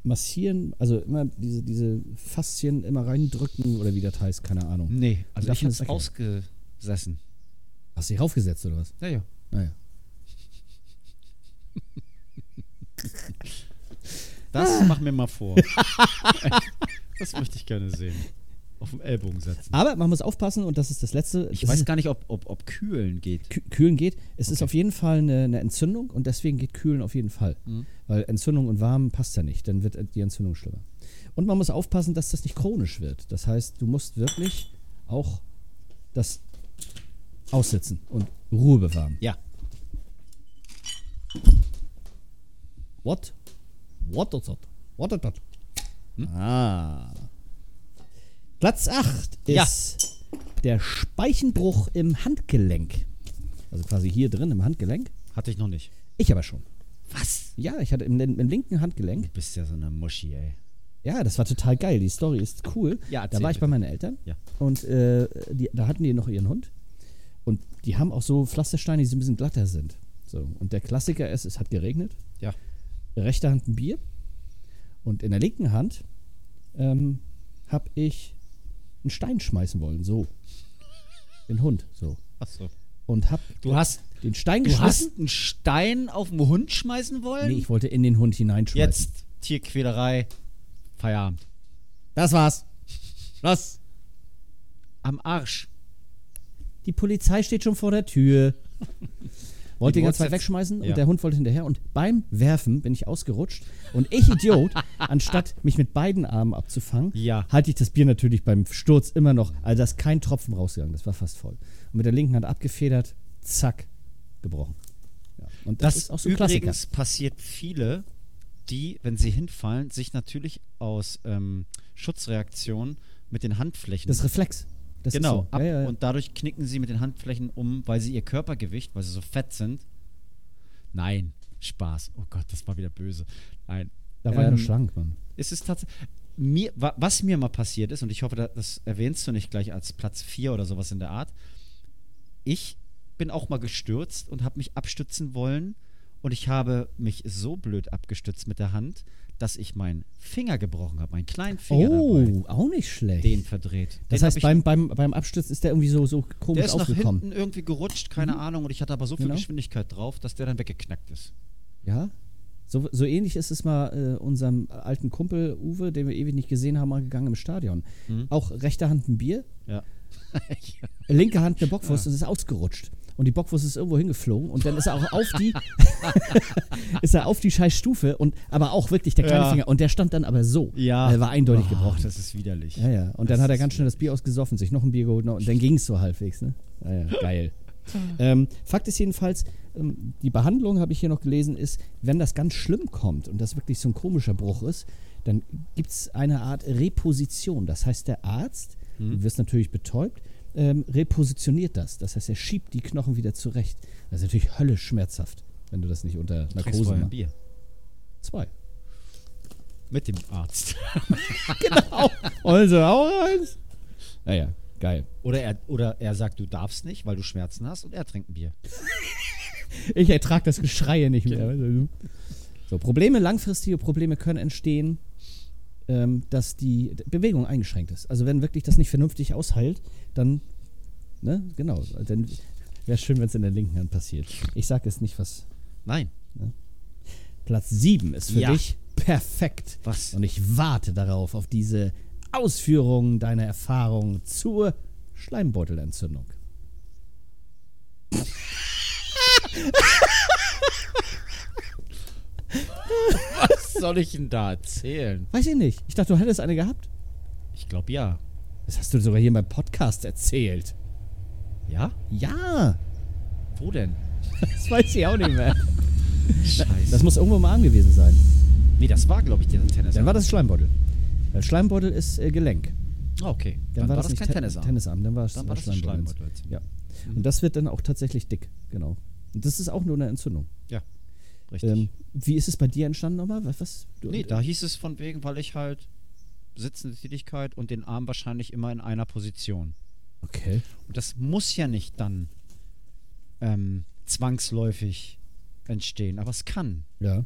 [SPEAKER 2] Massieren, also immer diese, diese Faszien immer reindrücken oder wie das heißt, keine Ahnung.
[SPEAKER 1] Nee, also
[SPEAKER 2] Darf
[SPEAKER 1] ich
[SPEAKER 2] man
[SPEAKER 1] habe
[SPEAKER 2] das
[SPEAKER 1] ausgesessen.
[SPEAKER 2] Hast du dich raufgesetzt oder was?
[SPEAKER 1] Ja, ja.
[SPEAKER 2] Naja.
[SPEAKER 1] Mhm. Das
[SPEAKER 2] Ah.
[SPEAKER 1] mach mir mal vor. das möchte ich gerne sehen. Auf dem Ellbogen setzen.
[SPEAKER 2] Aber man muss aufpassen und das ist das Letzte.
[SPEAKER 1] Ich
[SPEAKER 2] Es
[SPEAKER 1] weiß
[SPEAKER 2] ist-
[SPEAKER 1] gar nicht, ob, ob, ob Kühlen geht.
[SPEAKER 2] Kü- Kühlen geht. Es ist auf jeden Fall eine, eine Entzündung und deswegen geht Kühlen auf jeden Fall. Weil Entzündung und Warm passt ja nicht, dann wird äh, die Entzündung schlimmer. Und man muss aufpassen, dass das nicht chronisch wird. Das heißt, du musst wirklich auch das aussitzen und Ruhe bewahren.
[SPEAKER 1] Ja.
[SPEAKER 2] What? What is that? What is that? Ah. Platz 8
[SPEAKER 1] Ja.
[SPEAKER 2] ist der Speichenbruch im Handgelenk. Also quasi hier drin im Handgelenk.
[SPEAKER 1] Hatte ich noch nicht.
[SPEAKER 2] Ich aber schon.
[SPEAKER 1] Was?
[SPEAKER 2] Ja, ich hatte im, im linken
[SPEAKER 1] Du
[SPEAKER 2] Handgelenk.
[SPEAKER 1] bist ja so eine Muschi, ey.
[SPEAKER 2] Ja, das war total geil. Die Story ist cool.
[SPEAKER 1] Ja,
[SPEAKER 2] da
[SPEAKER 1] erzähl
[SPEAKER 2] war ich bei
[SPEAKER 1] bitte.
[SPEAKER 2] meinen Eltern
[SPEAKER 1] Ja.
[SPEAKER 2] und äh, die, da hatten die noch ihren Hund. Und die haben auch so Pflastersteine, die so ein bisschen glatter sind. So. Und der Klassiker ist, es hat geregnet.
[SPEAKER 1] Ja.
[SPEAKER 2] Rechte Hand ein Bier. Und in der linken Hand ähm, habe ich einen Stein schmeißen wollen. So. Den Hund. So.
[SPEAKER 1] Achso.
[SPEAKER 2] Und hab
[SPEAKER 1] Du hast,
[SPEAKER 2] den Stein
[SPEAKER 1] du
[SPEAKER 2] geschmissen.
[SPEAKER 1] hast einen Stein auf den Hund schmeißen wollen?
[SPEAKER 2] Nee, ich wollte in den Hund hineinschmeißen.
[SPEAKER 1] Jetzt Tierquälerei. Feierabend.
[SPEAKER 2] Das war's. Was?
[SPEAKER 1] Am Arsch.
[SPEAKER 2] Die Polizei steht schon vor der Tür. Wollte den ganz weit
[SPEAKER 1] wolltest
[SPEAKER 2] wegschmeißen
[SPEAKER 1] ja.
[SPEAKER 2] und der Hund wollte hinterher. Und beim Werfen bin ich ausgerutscht. Und ich, Idiot, anstatt mich mit beiden Armen abzufangen,
[SPEAKER 1] Ja.
[SPEAKER 2] halte ich das Bier natürlich beim Sturz immer noch. Also da ist kein Tropfen rausgegangen. Das war fast voll. Und mit der linken Hand abgefedert, zack, gebrochen. Ja. Und das, ist auch so ein Klassiker.
[SPEAKER 1] übrigens passiert viele, die, wenn sie hinfallen, sich natürlich aus ähm, Schutzreaktionen mit den Handflächen
[SPEAKER 2] Das ist Reflex. Das
[SPEAKER 1] genau,
[SPEAKER 2] ist so.
[SPEAKER 1] ab
[SPEAKER 2] Ja, ja, ja.
[SPEAKER 1] und dadurch knicken sie mit den Handflächen um, weil sie ihr Körpergewicht, weil sie so fett sind. Nein, Spaß. Oh Gott, das war wieder böse. Nein.
[SPEAKER 2] da war ich noch
[SPEAKER 1] Ähm,
[SPEAKER 2] schlank, Mann.
[SPEAKER 1] es ist tatsächlich. Mir, wa- was mir mal passiert ist, und ich hoffe, da- das erwähnst du nicht gleich als Platz 4 oder sowas in der Art. Ich bin auch mal gestürzt und habe mich abstützen wollen. Und ich habe mich so blöd abgestützt mit der Hand, dass ich meinen Finger gebrochen habe, meinen kleinen Finger dabei,
[SPEAKER 2] Oh, auch nicht schlecht.
[SPEAKER 1] den verdreht.
[SPEAKER 2] das
[SPEAKER 1] Den hab
[SPEAKER 2] heißt,
[SPEAKER 1] ich-
[SPEAKER 2] beim, beim, beim Abstürz ist der irgendwie so, so
[SPEAKER 1] der
[SPEAKER 2] komisch
[SPEAKER 1] ist nach
[SPEAKER 2] aufgekommen. Mhm.
[SPEAKER 1] hinten irgendwie gerutscht, keine Ahnung. Und ich hatte aber so viel
[SPEAKER 2] Genau.
[SPEAKER 1] Geschwindigkeit drauf, dass der dann weggeknackt ist.
[SPEAKER 2] Ja. So, so ähnlich ist es mal äh, unserem alten Kumpel Uwe, den wir ewig nicht gesehen haben, mal gegangen im Stadion.
[SPEAKER 1] Mhm.
[SPEAKER 2] Auch rechte Hand ein Bier,
[SPEAKER 1] Ja.
[SPEAKER 2] linke Hand eine
[SPEAKER 1] Ah.
[SPEAKER 2] Bockwurst und ist ausgerutscht. Und die Bockwurst ist irgendwo hingeflogen und dann ist er auch auf die ist er auf die scheiß Stufe und aber auch wirklich der kleine
[SPEAKER 1] Ja. Oh,
[SPEAKER 2] Finger und der stand dann aber so. Er war eindeutig gebrochen.
[SPEAKER 1] Das ist widerlich.
[SPEAKER 2] Ja, ja. Und dann hat er ganz schnell das Bier ausgesoffen, sich noch ein Bier geholt noch, und dann ging es so halbwegs. Ne? Ja, ja, geil. ähm, Fakt ist jedenfalls, ähm, die Behandlung, habe ich hier noch gelesen, ist, wenn das ganz schlimm kommt und das wirklich so ein komischer Bruch ist, dann gibt es eine Art Reposition. Das heißt, der Arzt,
[SPEAKER 1] Hm.
[SPEAKER 2] du wirst natürlich betäubt, ähm, repositioniert das. Das heißt, er schiebt die Knochen wieder zurecht. Das ist natürlich höllisch schmerzhaft. wenn du das nicht unter
[SPEAKER 1] Trinkst
[SPEAKER 2] Narkose
[SPEAKER 1] vorher ein
[SPEAKER 2] machst.
[SPEAKER 1] Bier.
[SPEAKER 2] Zwei.
[SPEAKER 1] Mit dem Arzt.
[SPEAKER 2] Also auch eins. Naja, geil.
[SPEAKER 1] Oder er, oder er sagt, du darfst nicht, weil du Schmerzen hast und er trinkt ein Bier.
[SPEAKER 2] Ich ertrage das Geschreie nicht mehr. weißt
[SPEAKER 1] Genau.
[SPEAKER 2] du. So, Probleme, langfristige Probleme können entstehen, ähm, dass die Bewegung eingeschränkt ist. Also wenn wirklich das nicht vernünftig aushält, dann, ne, genau, dann wäre schön, wenn es in der linken Hand passiert. Ich sage jetzt nicht, was
[SPEAKER 1] Nein.
[SPEAKER 2] Platz 7 ist für
[SPEAKER 1] Ja.
[SPEAKER 2] dich perfekt.
[SPEAKER 1] Was?
[SPEAKER 2] Und ich warte darauf, auf diese Ausführungen deiner Erfahrungen zur Schleimbeutelentzündung.
[SPEAKER 1] Was soll ich denn da erzählen?
[SPEAKER 2] Weiß ich nicht. Ich dachte, du hättest eine gehabt.
[SPEAKER 1] Ich glaube ja.
[SPEAKER 2] Das hast du sogar hier beim Podcast erzählt.
[SPEAKER 1] Ja?
[SPEAKER 2] Ja,
[SPEAKER 1] Wo denn?
[SPEAKER 2] das weiß ich auch nicht mehr.
[SPEAKER 1] Scheiße.
[SPEAKER 2] Das muss irgendwo im Arm gewesen sein.
[SPEAKER 1] nee, das war, glaube ich, der Tennis.
[SPEAKER 2] Dann war das Schleimbeutel. Weil Schleimbeutel ist äh, Gelenk.
[SPEAKER 1] Ah, okay.
[SPEAKER 2] Dann, war, das, nicht
[SPEAKER 1] kein
[SPEAKER 2] Te-
[SPEAKER 1] Tennisarm.
[SPEAKER 2] Tennisarm, dann war es
[SPEAKER 1] Dann
[SPEAKER 2] war
[SPEAKER 1] war das ein Schleimbeutel. Mhm.
[SPEAKER 2] Ja. Und das wird dann auch tatsächlich dick, genau. Und das ist auch nur eine Entzündung.
[SPEAKER 1] Ja. Richtig.
[SPEAKER 2] Ähm, wie ist es bei dir entstanden nochmal? Was? was du,
[SPEAKER 1] nee, da hieß es von wegen, weil ich halt sitzende Tätigkeit und den Arm wahrscheinlich immer in einer Position.
[SPEAKER 2] Okay.
[SPEAKER 1] Und das muss ja nicht dann ähm, zwangsläufig entstehen, aber es kann.
[SPEAKER 2] Ja.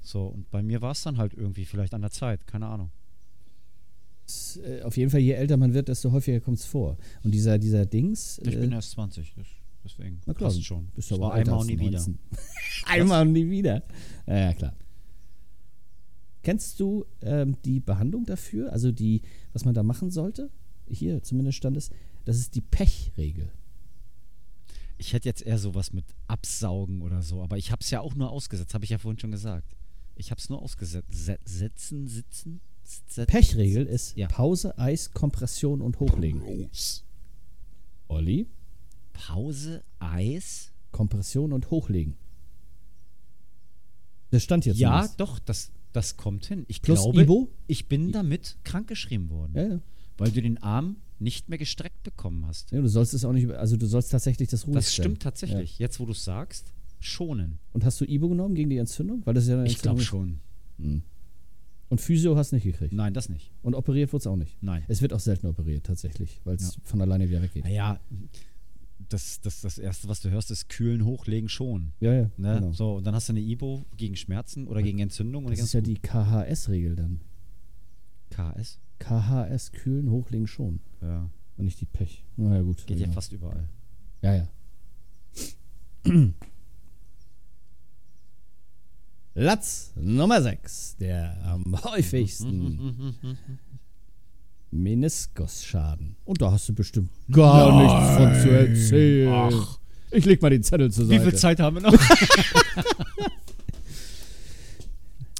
[SPEAKER 1] So, und bei mir war es dann halt irgendwie vielleicht an der Zeit, keine Ahnung.
[SPEAKER 2] Es, äh, Auf jeden Fall, je älter man wird, desto häufiger kommt es vor. Und dieser, dieser Dings.
[SPEAKER 1] Ich
[SPEAKER 2] äh,
[SPEAKER 1] bin erst 20, das- deswegen.
[SPEAKER 2] na klar,
[SPEAKER 1] passt schon.
[SPEAKER 2] Bist
[SPEAKER 1] Das
[SPEAKER 2] aber
[SPEAKER 1] war einmal und nie wieder.
[SPEAKER 2] einmal und nie wieder. Ja, ja, klar. Kennst du ähm, die Behandlung dafür? Also die, was man da machen sollte? Hier zumindest stand es, das ist die Pechregel.
[SPEAKER 1] Ich hätte jetzt eher sowas mit Absaugen oder so, aber ich habe es ja auch nur ausgesetzt, habe ich ja vorhin schon gesagt. Ich habe es nur ausgesetzt. Se setzen, sitzen, sitzen.
[SPEAKER 2] Pechregel ist
[SPEAKER 1] Ja.
[SPEAKER 2] Pause, Eis, Kompression und Hochlegen. Olli?
[SPEAKER 1] Pause, Eis.
[SPEAKER 2] Kompression und Hochlegen. Das stand jetzt
[SPEAKER 1] ja,
[SPEAKER 2] zumindest.
[SPEAKER 1] doch, das, das kommt hin. Ich
[SPEAKER 2] Plus
[SPEAKER 1] glaube,
[SPEAKER 2] Ibo?
[SPEAKER 1] ich bin damit krankgeschrieben worden,
[SPEAKER 2] Ja, ja.
[SPEAKER 1] weil du den Arm nicht mehr gestreckt bekommen hast.
[SPEAKER 2] ja. Du sollst es auch nicht, über- also du sollst tatsächlich das ruhig
[SPEAKER 1] Das
[SPEAKER 2] stellen.
[SPEAKER 1] stimmt tatsächlich. Jetzt, wo du es sagst, schonen.
[SPEAKER 2] Ja. Und hast du Ibo genommen gegen die Entzündung? Weil das ist ja eine
[SPEAKER 1] Ich glaube
[SPEAKER 2] Entzündung ist.
[SPEAKER 1] schon.
[SPEAKER 2] Und Physio hast du nicht gekriegt.
[SPEAKER 1] Nein, das nicht.
[SPEAKER 2] Und operiert wurde es auch nicht.
[SPEAKER 1] Nein.
[SPEAKER 2] Es wird auch selten operiert, tatsächlich, weil es von alleine wieder weggeht.
[SPEAKER 1] Naja, das, das, das Erste, was du hörst, ist kühlen, hochlegen, schonen.
[SPEAKER 2] Ja, ja.
[SPEAKER 1] Ne?
[SPEAKER 2] genau.
[SPEAKER 1] So, und dann hast du eine Ibo gegen Schmerzen oder gegen Entzündung und
[SPEAKER 2] Das ist ja die KHS-Regel dann.
[SPEAKER 1] KS.
[SPEAKER 2] KHS kühlen, hochlegen schon.
[SPEAKER 1] Ja,
[SPEAKER 2] Und nicht die Pech. Naja, gut.
[SPEAKER 1] geht ja
[SPEAKER 2] genau.
[SPEAKER 1] fast überall.
[SPEAKER 2] Ja, ja. Platz Nummer 6, der am häufigsten Meniskusschaden. Und da hast du bestimmt gar nichts von zu erzählen. Ach. Ich leg mal den Zettel zur Seite.
[SPEAKER 1] Zeit haben wir noch?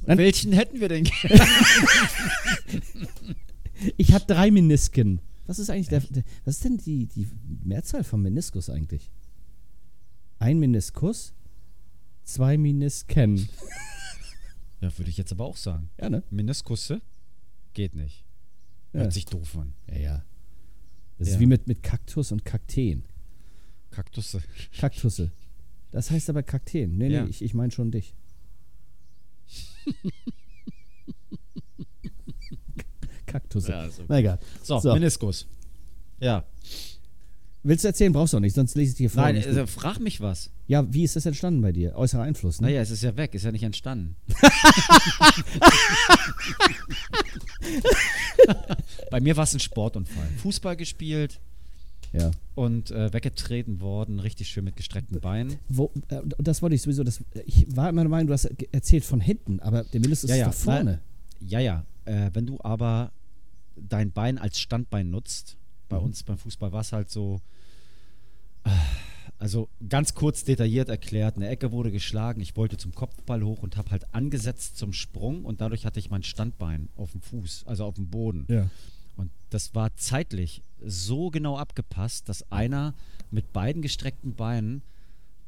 [SPEAKER 1] Welchen hätten wir denn?
[SPEAKER 2] Ich habe drei Menisken. Was ist eigentlich der, der. Was ist denn die, die Mehrzahl von Meniskus eigentlich? Ein Meniskus, zwei Menisken.
[SPEAKER 1] Ja, würde ich jetzt aber auch sagen.
[SPEAKER 2] Ja, ne?
[SPEAKER 1] Meniskusse? Geht nicht.
[SPEAKER 2] Ja.
[SPEAKER 1] Hört sich doof an.
[SPEAKER 2] Ja, ja. Das
[SPEAKER 1] Ja.
[SPEAKER 2] ist wie mit, mit Kaktus und Kakteen.
[SPEAKER 1] Kaktusse.
[SPEAKER 2] Kaktusse. Das heißt aber Kakteen. Nee,
[SPEAKER 1] Ja.
[SPEAKER 2] nee, ich, ich meine schon dich. Kaktusse.
[SPEAKER 1] Ja, ist okay.
[SPEAKER 2] Na egal.
[SPEAKER 1] So,
[SPEAKER 2] So.
[SPEAKER 1] Meniskus. Ja.
[SPEAKER 2] Willst du erzählen? Brauchst du auch nicht, sonst lese ich dir vor.
[SPEAKER 1] Nein,
[SPEAKER 2] Nicht
[SPEAKER 1] also,
[SPEAKER 2] gut.
[SPEAKER 1] frag mich was.
[SPEAKER 2] ja, wie ist das entstanden bei dir? Äußerer Einfluss, ne?
[SPEAKER 1] Naja, es ist ja weg, ist ja nicht entstanden. Bei mir war es ein Sportunfall. Fußball gespielt,
[SPEAKER 2] Ja.
[SPEAKER 1] und äh, weggetreten worden, richtig schön mit gestreckten Beinen.
[SPEAKER 2] Wo, äh, und das wollte ich sowieso. Das, ich war immer der Meinung, du hast ge- erzählt von hinten, aber der Mindest ist
[SPEAKER 1] Ja, ja,
[SPEAKER 2] von vorne.
[SPEAKER 1] Ja, ja. Äh, wenn du aber dein Bein als Standbein nutzt, bei uns beim Fußball war es halt so, äh, also ganz kurz detailliert erklärt, eine Ecke wurde geschlagen, ich wollte zum Kopfball hoch und habe halt angesetzt zum Sprung und dadurch hatte ich mein Standbein auf dem Fuß, also auf dem Boden.
[SPEAKER 2] Ja.
[SPEAKER 1] Und das war zeitlich so genau abgepasst, dass einer mit beiden gestreckten Beinen,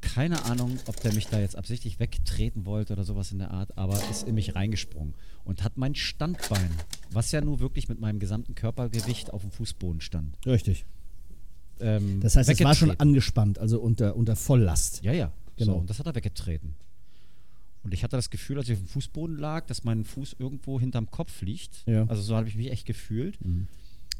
[SPEAKER 1] keine Ahnung, ob der mich da jetzt absichtlich wegtreten wollte oder sowas in der Art, aber ist in mich reingesprungen und hat mein Standbein, was ja nur wirklich mit meinem gesamten Körpergewicht auf dem Fußboden stand.
[SPEAKER 2] Richtig.
[SPEAKER 1] Ähm,
[SPEAKER 2] Das heißt, es war schon
[SPEAKER 1] weggetreten.
[SPEAKER 2] angespannt, also unter, unter Volllast.
[SPEAKER 1] Ja, ja.
[SPEAKER 2] Genau.
[SPEAKER 1] So, und das hat er weggetreten. Und ich hatte das Gefühl, als ich auf dem Fußboden lag, dass mein Fuß irgendwo hinterm Kopf liegt.
[SPEAKER 2] Ja.
[SPEAKER 1] Also so habe ich mich echt gefühlt.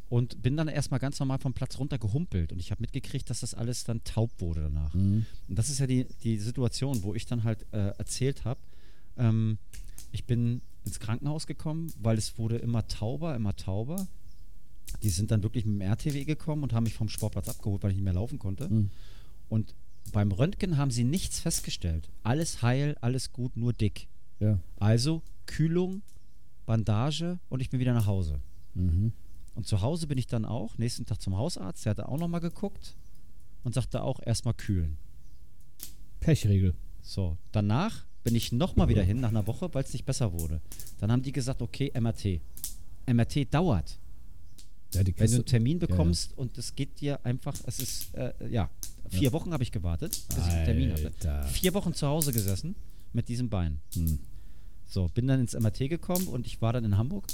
[SPEAKER 1] Und bin dann erstmal ganz normal vom Platz runter gehumpelt. Und ich habe mitgekriegt, dass das alles dann taub wurde danach. Und das ist ja die, die Situation, wo ich dann halt äh, erzählt habe, ähm, ich bin ins Krankenhaus gekommen, weil es wurde immer tauber, immer tauber. Die sind dann wirklich mit dem RTW gekommen und haben mich vom Sportplatz abgeholt, weil ich nicht mehr laufen konnte. Und beim Röntgen haben sie nichts festgestellt. Alles heil, alles gut, nur dick.
[SPEAKER 2] Ja.
[SPEAKER 1] Also Kühlung, Bandage und ich bin wieder nach Hause.
[SPEAKER 2] Mhm.
[SPEAKER 1] Und zu Hause bin ich dann auch, nächsten Tag zum Hausarzt, der hat da auch nochmal geguckt und sagte auch erstmal kühlen.
[SPEAKER 2] Pechregel.
[SPEAKER 1] So, danach bin ich nochmal wieder hin, nach einer Woche, weil es nicht besser wurde. Dann haben die gesagt, okay, MRT. MRT dauert.
[SPEAKER 2] Ja, die
[SPEAKER 1] Wenn du
[SPEAKER 2] kannst
[SPEAKER 1] einen Termin
[SPEAKER 2] ja, ja.
[SPEAKER 1] bekommst und es geht dir einfach, es ist, äh, ja, vier Wochen habe ich gewartet, bis ich einen Termin
[SPEAKER 2] Alter.
[SPEAKER 1] hatte. Vier Wochen zu Hause gesessen mit diesem Bein.
[SPEAKER 2] Hm.
[SPEAKER 1] So, bin dann ins MRT gekommen und ich war dann in Hamburg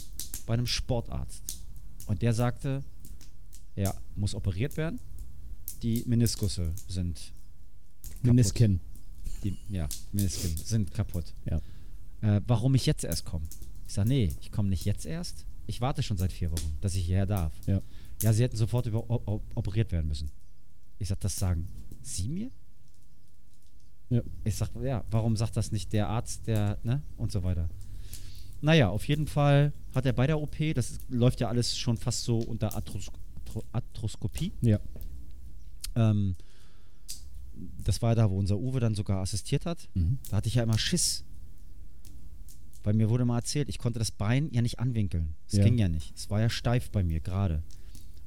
[SPEAKER 1] bei einem Sportarzt. Und der sagte, ja, muss operiert werden. Die Meniskusse sind,
[SPEAKER 2] Menisken.
[SPEAKER 1] die, ja, Menisken sind kaputt.
[SPEAKER 2] Ja.
[SPEAKER 1] äh, warum ich jetzt erst komme. Ich sage, nee, ich komme nicht jetzt erst. Ich warte schon seit vier Wochen, dass ich hierher darf.
[SPEAKER 2] Ja.
[SPEAKER 1] Ja, sie hätten sofort über, o- o- operiert werden müssen. Ich sage, das sagen Sie mir?
[SPEAKER 2] Ja.
[SPEAKER 1] Ich sage, ja, warum sagt das nicht der Arzt, der, ne? Und so weiter. Naja, auf jeden Fall hat er bei der OP, das ist, läuft ja alles schon fast so unter Arthros Arthro- Arthroskopie.
[SPEAKER 2] Ja.
[SPEAKER 1] Ähm, das war da, wo unser Uwe dann sogar assistiert hat.
[SPEAKER 2] Mhm.
[SPEAKER 1] Da hatte ich ja immer Schiss. Weil mir wurde mal erzählt, ich konnte das Bein ja nicht anwinkeln. Es
[SPEAKER 2] Ja.
[SPEAKER 1] ging ja nicht. Es war ja steif bei mir gerade.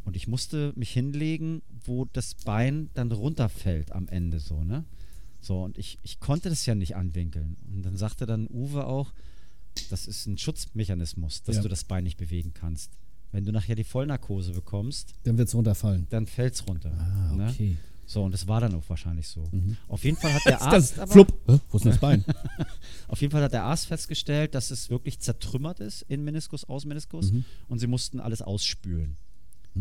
[SPEAKER 1] Und ich musste mich hinlegen, wo das Bein dann runterfällt am Ende so, ne? So, und ich, ich konnte das ja nicht anwinkeln. Und dann sagte dann Uwe auch, das ist ein Schutzmechanismus, dass
[SPEAKER 2] Ja.
[SPEAKER 1] du das Bein nicht bewegen kannst. Wenn du nachher die Vollnarkose bekommst,
[SPEAKER 2] Dann wird es runterfallen.
[SPEAKER 1] dann fällt's runter. ne?
[SPEAKER 2] Ah, okay. Mhm.
[SPEAKER 1] So, und das war dann auch wahrscheinlich so. Auf jeden Fall hat der
[SPEAKER 2] Das,
[SPEAKER 1] Arzt. aber-
[SPEAKER 2] flupp. Hä? Wo ist denn das Bein?
[SPEAKER 1] auf jeden Fall hat der Arzt festgestellt, dass es wirklich zertrümmert ist, in Meniskus, aus Meniskus. Und sie mussten alles ausspülen.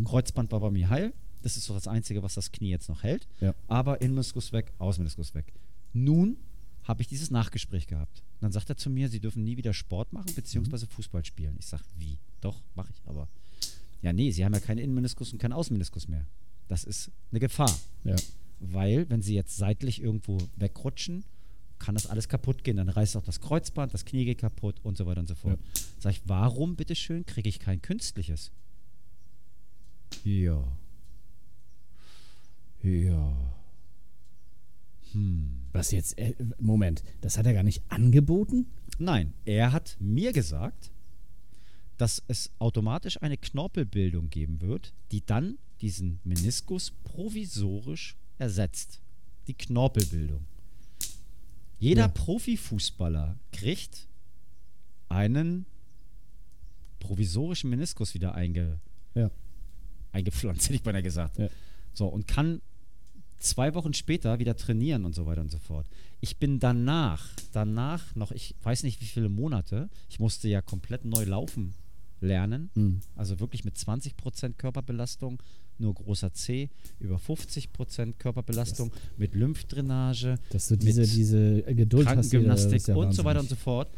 [SPEAKER 1] Kreuzband war bei mir heil. Das ist doch das Einzige, was das Knie jetzt noch hält.
[SPEAKER 2] Ja.
[SPEAKER 1] Aber Innenmeniskus weg, Außenmeniskus weg. Nun habe ich dieses Nachgespräch gehabt. Dann sagt er zu mir, sie dürfen nie wieder Sport machen, beziehungsweise Fußball spielen. Ich sage, wie? Doch, mache ich, aber. Ja, nee, sie haben ja keinen Innenmeniskus und keinen Außenmeniskus mehr. Das ist eine Gefahr.
[SPEAKER 2] ja.
[SPEAKER 1] Weil, wenn sie jetzt seitlich irgendwo wegrutschen, kann das alles kaputt gehen. Dann reißt auch das Kreuzband, das Knie geht kaputt und so weiter und so fort. Sag ich, warum bitteschön kriege ich kein künstliches? Ja. Ja.
[SPEAKER 2] Was jetzt? Äh, Moment, das hat er gar nicht angeboten?
[SPEAKER 1] Nein, er hat mir gesagt, dass es automatisch eine Knorpelbildung geben wird, die dann diesen Meniskus provisorisch ersetzt. Die Knorpelbildung. Jeder
[SPEAKER 2] Ja.
[SPEAKER 1] Profifußballer kriegt einen provisorischen Meniskus wieder einge,
[SPEAKER 2] Ja.
[SPEAKER 1] eingepflanzt, hätte ich beinahe gesagt.
[SPEAKER 2] Ja.
[SPEAKER 1] So, und kann zwei Wochen später wieder trainieren und so weiter und so fort. Ich bin danach, danach noch, ich weiß nicht wie viele Monate, ich musste ja komplett neu laufen lernen.
[SPEAKER 2] Mhm. Hm.
[SPEAKER 1] Also wirklich mit 20% Körperbelastung, nur großer C, über 50% Körperbelastung, mit Lymphdrainage,
[SPEAKER 2] Dass du diese, diese Geduld hast. die du- das
[SPEAKER 1] Krankengymnastik
[SPEAKER 2] ist ja
[SPEAKER 1] und so weiter und
[SPEAKER 2] wahnsinnig.
[SPEAKER 1] so fort.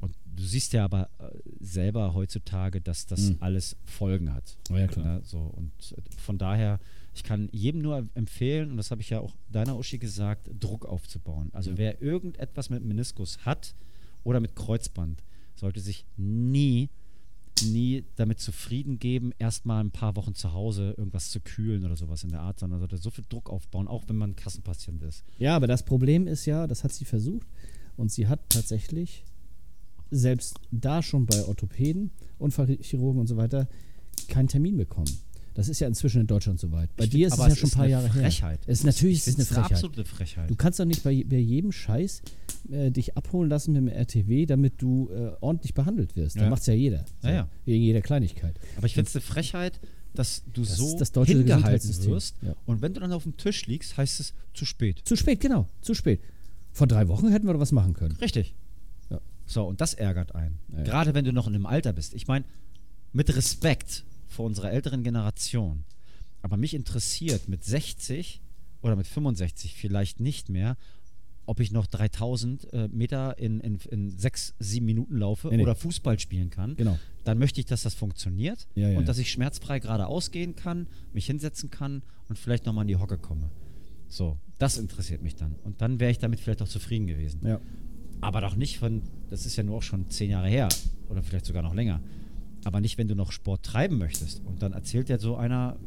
[SPEAKER 1] Und du siehst ja aber äh, selber heutzutage, dass das
[SPEAKER 2] Mhm.
[SPEAKER 1] alles Folgen hat.
[SPEAKER 2] Oh ja, klar.
[SPEAKER 1] Ne, so, und äh, von daher, ich kann jedem nur empfehlen, und das habe ich ja auch deiner Uschi gesagt, Druck aufzubauen. Also
[SPEAKER 2] Ja.
[SPEAKER 1] wer irgendetwas mit Meniskus hat oder mit Kreuzband, sollte sich nie, nie damit zufrieden geben, erstmal ein paar Wochen zu Hause irgendwas zu kühlen oder sowas in der Art, sondern sollte so viel Druck aufbauen, auch wenn man Kassenpatient ist.
[SPEAKER 2] Ja, aber das Problem ist ja, das hat sie versucht und sie hat tatsächlich selbst da schon bei Orthopäden, Unfallchirurgen und so weiter keinen Termin bekommen. Das ist ja inzwischen in Deutschland soweit. Bei
[SPEAKER 1] Ich
[SPEAKER 2] dir ist es
[SPEAKER 1] find- aber
[SPEAKER 2] ja schon ein paar
[SPEAKER 1] eine
[SPEAKER 2] Jahre
[SPEAKER 1] Frechheit.
[SPEAKER 2] her. Es ist natürlich
[SPEAKER 1] Ich
[SPEAKER 2] ist es
[SPEAKER 1] find's
[SPEAKER 2] eine Frechheit.
[SPEAKER 1] absolute Frechheit.
[SPEAKER 2] Du kannst doch nicht bei, bei jedem Scheiß äh, dich abholen lassen mit dem RTW, damit du äh, ordentlich behandelt wirst. Da
[SPEAKER 1] Ja.
[SPEAKER 2] macht's ja jeder. So,
[SPEAKER 1] Ja, ja.
[SPEAKER 2] Wegen jeder Kleinigkeit.
[SPEAKER 1] Aber ich finde es eine Frechheit, dass du
[SPEAKER 2] Das
[SPEAKER 1] so
[SPEAKER 2] ist das deutsche
[SPEAKER 1] hingehalten
[SPEAKER 2] Gesundheitssystem.
[SPEAKER 1] wirst.
[SPEAKER 2] Ja.
[SPEAKER 1] Und wenn du dann auf dem Tisch liegst, heißt es zu spät.
[SPEAKER 2] Zu spät, genau. Zu spät. Vor drei Wochen hätten wir doch was machen können.
[SPEAKER 1] Richtig.
[SPEAKER 2] Ja.
[SPEAKER 1] So, und das ärgert einen.
[SPEAKER 2] Ja.
[SPEAKER 1] Gerade wenn du noch in einem Alter bist. Ich meine, mit Respekt vor unserer älteren Generation. Aber mich interessiert mit 60 oder mit 65 vielleicht nicht mehr, ob ich noch 3000 äh, Meter in, in, in sechs, sieben Minuten laufe
[SPEAKER 2] Nee, nee.
[SPEAKER 1] oder Fußball spielen kann.
[SPEAKER 2] Genau.
[SPEAKER 1] Dann möchte ich, dass das funktioniert
[SPEAKER 2] Ja, ja,
[SPEAKER 1] und
[SPEAKER 2] ja.
[SPEAKER 1] dass ich schmerzfrei geradeaus gehen kann, mich hinsetzen kann und vielleicht nochmal in die Hocke komme. So, das interessiert mich dann. Und dann wäre ich damit vielleicht auch zufrieden gewesen.
[SPEAKER 2] Ja.
[SPEAKER 1] Aber doch nicht von, das ist ja nur auch schon zehn Jahre her oder vielleicht sogar noch länger. Aber nicht, wenn du noch Sport treiben möchtest. Und dann erzählt ja so einer,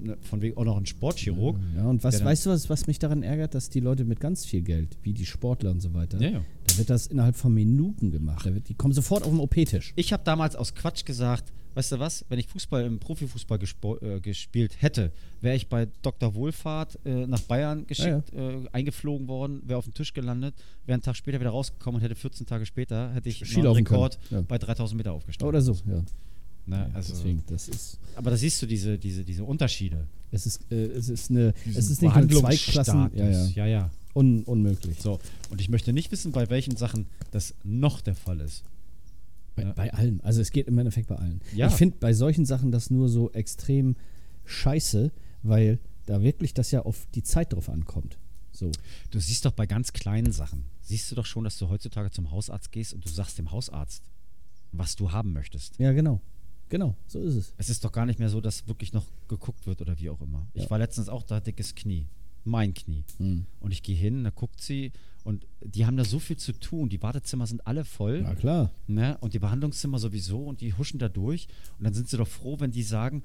[SPEAKER 1] ne, von wegen auch noch ein Sportchirurg.
[SPEAKER 2] Mhm, Ja, und was
[SPEAKER 1] der dann-
[SPEAKER 2] weißt du, was, was mich daran ärgert, dass die Leute mit ganz viel Geld, wie die Sportler und so weiter,
[SPEAKER 1] Ja, ja.
[SPEAKER 2] da wird das innerhalb von Minuten gemacht. Da wird, die kommen sofort auf den OP-Tisch.
[SPEAKER 1] Ich habe damals aus Quatsch gesagt, weißt du was, wenn ich Fußball im Profifußball gespo- äh, gespielt hätte, wäre ich bei Dr. Wohlfahrt äh, nach Bayern geschickt, Äh, eingeflogen worden, wäre auf den Tisch gelandet, wäre einen Tag später wieder rausgekommen und hätte 14 Tage später, hätte ich einen neuen
[SPEAKER 2] Skilaufen können,
[SPEAKER 1] Rekord
[SPEAKER 2] ja.
[SPEAKER 1] bei 3000 Meter aufgestellt.
[SPEAKER 2] Oder so, ja.
[SPEAKER 1] Ne, also,
[SPEAKER 2] Deswegen, das ist,
[SPEAKER 1] aber da siehst du diese, diese, diese Unterschiede.
[SPEAKER 2] es ist, äh, es ist eine, es ist
[SPEAKER 1] Diesen
[SPEAKER 2] nicht nur
[SPEAKER 1] Behandlungsstatus.
[SPEAKER 2] Zweiklassen, ja, ja,
[SPEAKER 1] ja, ja.
[SPEAKER 2] Un, unmöglich.
[SPEAKER 1] So, und ich möchte nicht wissen, bei welchen Sachen das noch der Fall ist.
[SPEAKER 2] Bei,
[SPEAKER 1] Ja.
[SPEAKER 2] bei allen. Also es geht im Endeffekt bei allen.
[SPEAKER 1] Ja.
[SPEAKER 2] Ich finde bei solchen Sachen das nur so extrem scheiße, weil da wirklich das ja auf die Zeit drauf ankommt. So.
[SPEAKER 1] Du siehst doch bei ganz kleinen Sachen, siehst du doch schon, dass du heutzutage zum Hausarzt gehst und du sagst dem Hausarzt, was du haben möchtest.
[SPEAKER 2] Ja, genau. Genau, so ist es.
[SPEAKER 1] Es ist doch gar nicht mehr so, dass wirklich noch geguckt wird oder wie auch immer. Ich
[SPEAKER 2] Ja.
[SPEAKER 1] war letztens auch da, dickes Knie. Mein Knie. Und ich gehe hin, da guckt sie und die haben da so viel zu tun. Die Wartezimmer sind alle voll.
[SPEAKER 2] Na klar.
[SPEAKER 1] Ne? Und die Behandlungszimmer sowieso und die huschen da durch. Und dann sind sie doch froh, wenn die sagen,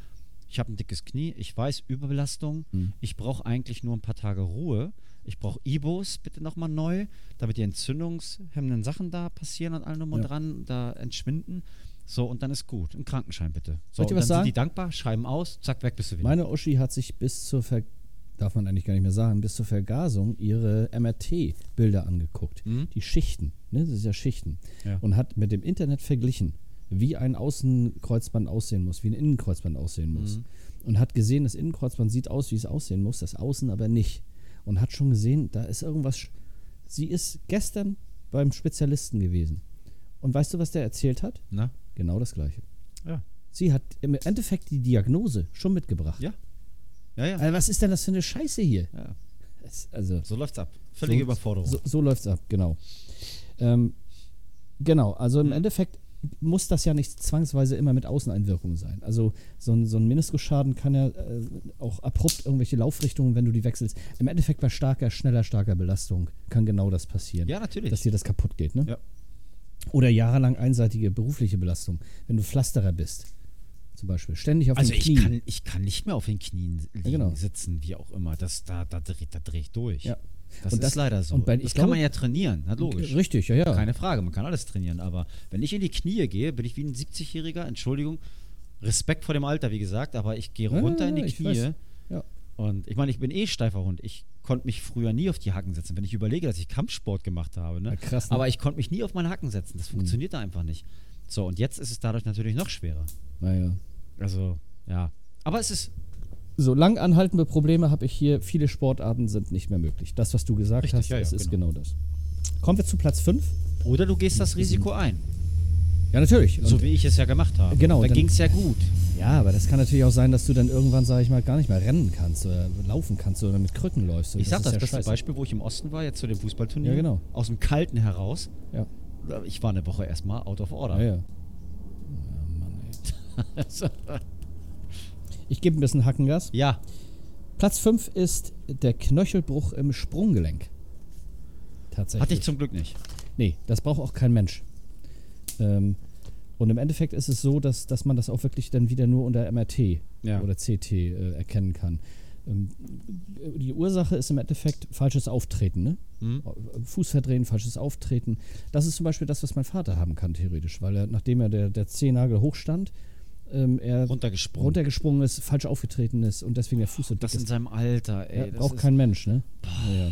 [SPEAKER 1] ich habe ein dickes Knie, ich weiß, Überbelastung,
[SPEAKER 2] Mhm.
[SPEAKER 1] ich brauche eigentlich nur ein paar Tage Ruhe. Ich brauche Ibos bitte nochmal neu, damit die entzündungshemmenden Sachen da passieren und allem drum und
[SPEAKER 2] Ja.
[SPEAKER 1] dran, da entschwinden. So, und dann ist gut. Ein Krankenschein bitte. So,
[SPEAKER 2] Soll ich dir
[SPEAKER 1] und
[SPEAKER 2] was
[SPEAKER 1] dann
[SPEAKER 2] sagen?
[SPEAKER 1] sind die dankbar, schreiben aus, zack, weg bist du wieder.
[SPEAKER 2] Meine Uschi hat sich bis zur Ver darf man eigentlich gar nicht mehr sagen, bis zur Vergasung ihre MRT-Bilder angeguckt. Die Schichten, ne? Das ist ja Schichten.
[SPEAKER 1] Ja.
[SPEAKER 2] Und hat mit dem Internet verglichen, wie ein Außenkreuzband aussehen muss, wie ein Innenkreuzband aussehen muss. Und hat gesehen, das Innenkreuzband sieht aus, wie es aussehen muss, das Außen aber nicht. Und hat schon gesehen, da ist irgendwas. sch- Sie ist gestern beim Spezialisten gewesen. Und weißt du, was der erzählt hat?
[SPEAKER 1] Na?
[SPEAKER 2] Genau das Gleiche.
[SPEAKER 1] Ja.
[SPEAKER 2] Sie hat im Endeffekt die Diagnose schon mitgebracht.
[SPEAKER 1] Ja. Ja, ja.
[SPEAKER 2] Also was ist denn das für eine Scheiße hier?
[SPEAKER 1] ja.
[SPEAKER 2] Es- Also,
[SPEAKER 1] So läuft's ab. Völlige
[SPEAKER 2] so-
[SPEAKER 1] Überforderung.
[SPEAKER 2] So, so läuft's ab, genau. Ähm, genau, also
[SPEAKER 1] Hm.
[SPEAKER 2] im Endeffekt muss das ja nicht zwangsweise immer mit Außeneinwirkungen sein. Also so ein, so ein Meniskusschaden kann ja äh, auch abrupt irgendwelche Laufrichtungen, wenn du die wechselst. Im Endeffekt bei starker, schneller, starker Belastung kann genau das passieren.
[SPEAKER 1] Ja, natürlich.
[SPEAKER 2] Dass dir das kaputt geht, ne?
[SPEAKER 1] Ja.
[SPEAKER 2] Oder jahrelang einseitige berufliche Belastung, wenn du Pflasterer bist, zum Beispiel. Ständig auf
[SPEAKER 1] Also
[SPEAKER 2] den
[SPEAKER 1] ich
[SPEAKER 2] Knien.
[SPEAKER 1] kann, ich kann nicht mehr auf den Knien liegen,
[SPEAKER 2] genau.
[SPEAKER 1] sitzen, wie auch immer. Das, da, da, dreht, da dreht durch.
[SPEAKER 2] Ja.
[SPEAKER 1] Das
[SPEAKER 2] Und
[SPEAKER 1] ist
[SPEAKER 2] das-
[SPEAKER 1] leider so.
[SPEAKER 2] und bei-
[SPEAKER 1] das
[SPEAKER 2] ich
[SPEAKER 1] kann
[SPEAKER 2] glaube-
[SPEAKER 1] man ja trainieren, na, logisch.
[SPEAKER 2] Richtig, ja, ja.
[SPEAKER 1] Keine Frage, man kann alles trainieren. Aber wenn ich in die Knie gehe, bin ich wie ein 70-Jähriger, Entschuldigung, Respekt vor dem Alter, wie gesagt, aber ich gehe
[SPEAKER 2] Ja,
[SPEAKER 1] runter in die
[SPEAKER 2] ja, ich
[SPEAKER 1] Knie.
[SPEAKER 2] weiß. Ja.
[SPEAKER 1] Und ich meine, ich bin eh steifer Hund. Ich konnte mich früher nie auf die Hacken setzen. Wenn ich überlege, dass ich Kampfsport gemacht habe, ne?
[SPEAKER 2] Ja, krass, ne? Hm.
[SPEAKER 1] aber ich konnte mich nie auf meine Hacken setzen. Das funktioniert da einfach nicht. So, und jetzt ist es dadurch natürlich noch schwerer.
[SPEAKER 2] Naja.
[SPEAKER 1] Also, ja. Aber es ist
[SPEAKER 2] So lang anhaltende Probleme habe ich hier. Viele Sportarten sind nicht mehr möglich. Das, was du gesagt
[SPEAKER 1] Richtig,
[SPEAKER 2] hast,
[SPEAKER 1] ja, ja,
[SPEAKER 2] das ist
[SPEAKER 1] genau.
[SPEAKER 2] genau das. Kommen wir zu Platz 5?
[SPEAKER 1] Oder du gehst das Risiko ein,
[SPEAKER 2] Ja, natürlich. Und,
[SPEAKER 1] so wie ich es ja gemacht habe.
[SPEAKER 2] Genau,
[SPEAKER 1] Dann
[SPEAKER 2] dann-
[SPEAKER 1] ging es ja gut.
[SPEAKER 2] ja, aber das kann natürlich auch sein, dass du dann irgendwann, sage ich mal, gar nicht mehr rennen kannst oder laufen kannst oder mit Krücken läufst.
[SPEAKER 1] Ich sag
[SPEAKER 2] ist
[SPEAKER 1] das
[SPEAKER 2] ja
[SPEAKER 1] beste
[SPEAKER 2] scheiße.
[SPEAKER 1] Beispiel, wo ich im Osten war, jetzt zu dem Fußballturnier.
[SPEAKER 2] Ja, genau.
[SPEAKER 1] Aus dem Kalten heraus.
[SPEAKER 2] Ja,
[SPEAKER 1] Ich war eine Woche erstmal out of order.
[SPEAKER 2] ja, ja.
[SPEAKER 1] Also,
[SPEAKER 2] Ich gebe ein bisschen Hackengas.
[SPEAKER 1] ja.
[SPEAKER 2] Platz 5 ist der Knöchelbruch im Sprunggelenk. Tatsächlich.
[SPEAKER 1] hatte ich zum Glück nicht.
[SPEAKER 2] Nee, das braucht auch kein Mensch. Ähm, und im Endeffekt ist es so, dass, dass man das auch wirklich dann wieder nur unter MRT
[SPEAKER 1] Ja.
[SPEAKER 2] oder CT äh, erkennen kann. Ähm, die Ursache ist im Endeffekt falsches Auftreten. Ne?
[SPEAKER 1] Mhm.
[SPEAKER 2] Fuß verdrehen, falsches Auftreten. Das ist zum Beispiel das, was mein Vater haben kann, theoretisch, weil er, nachdem er der, der Zehennagel hochstand, ähm, er
[SPEAKER 1] Runtergesprungen.
[SPEAKER 2] runtergesprungen ist, falsch aufgetreten ist und deswegen der Fuß so dick
[SPEAKER 1] das in
[SPEAKER 2] ist.
[SPEAKER 1] seinem Alter, ey.
[SPEAKER 2] ja,
[SPEAKER 1] das
[SPEAKER 2] braucht
[SPEAKER 1] ist,
[SPEAKER 2] kein Mensch, ne? Ja, ja.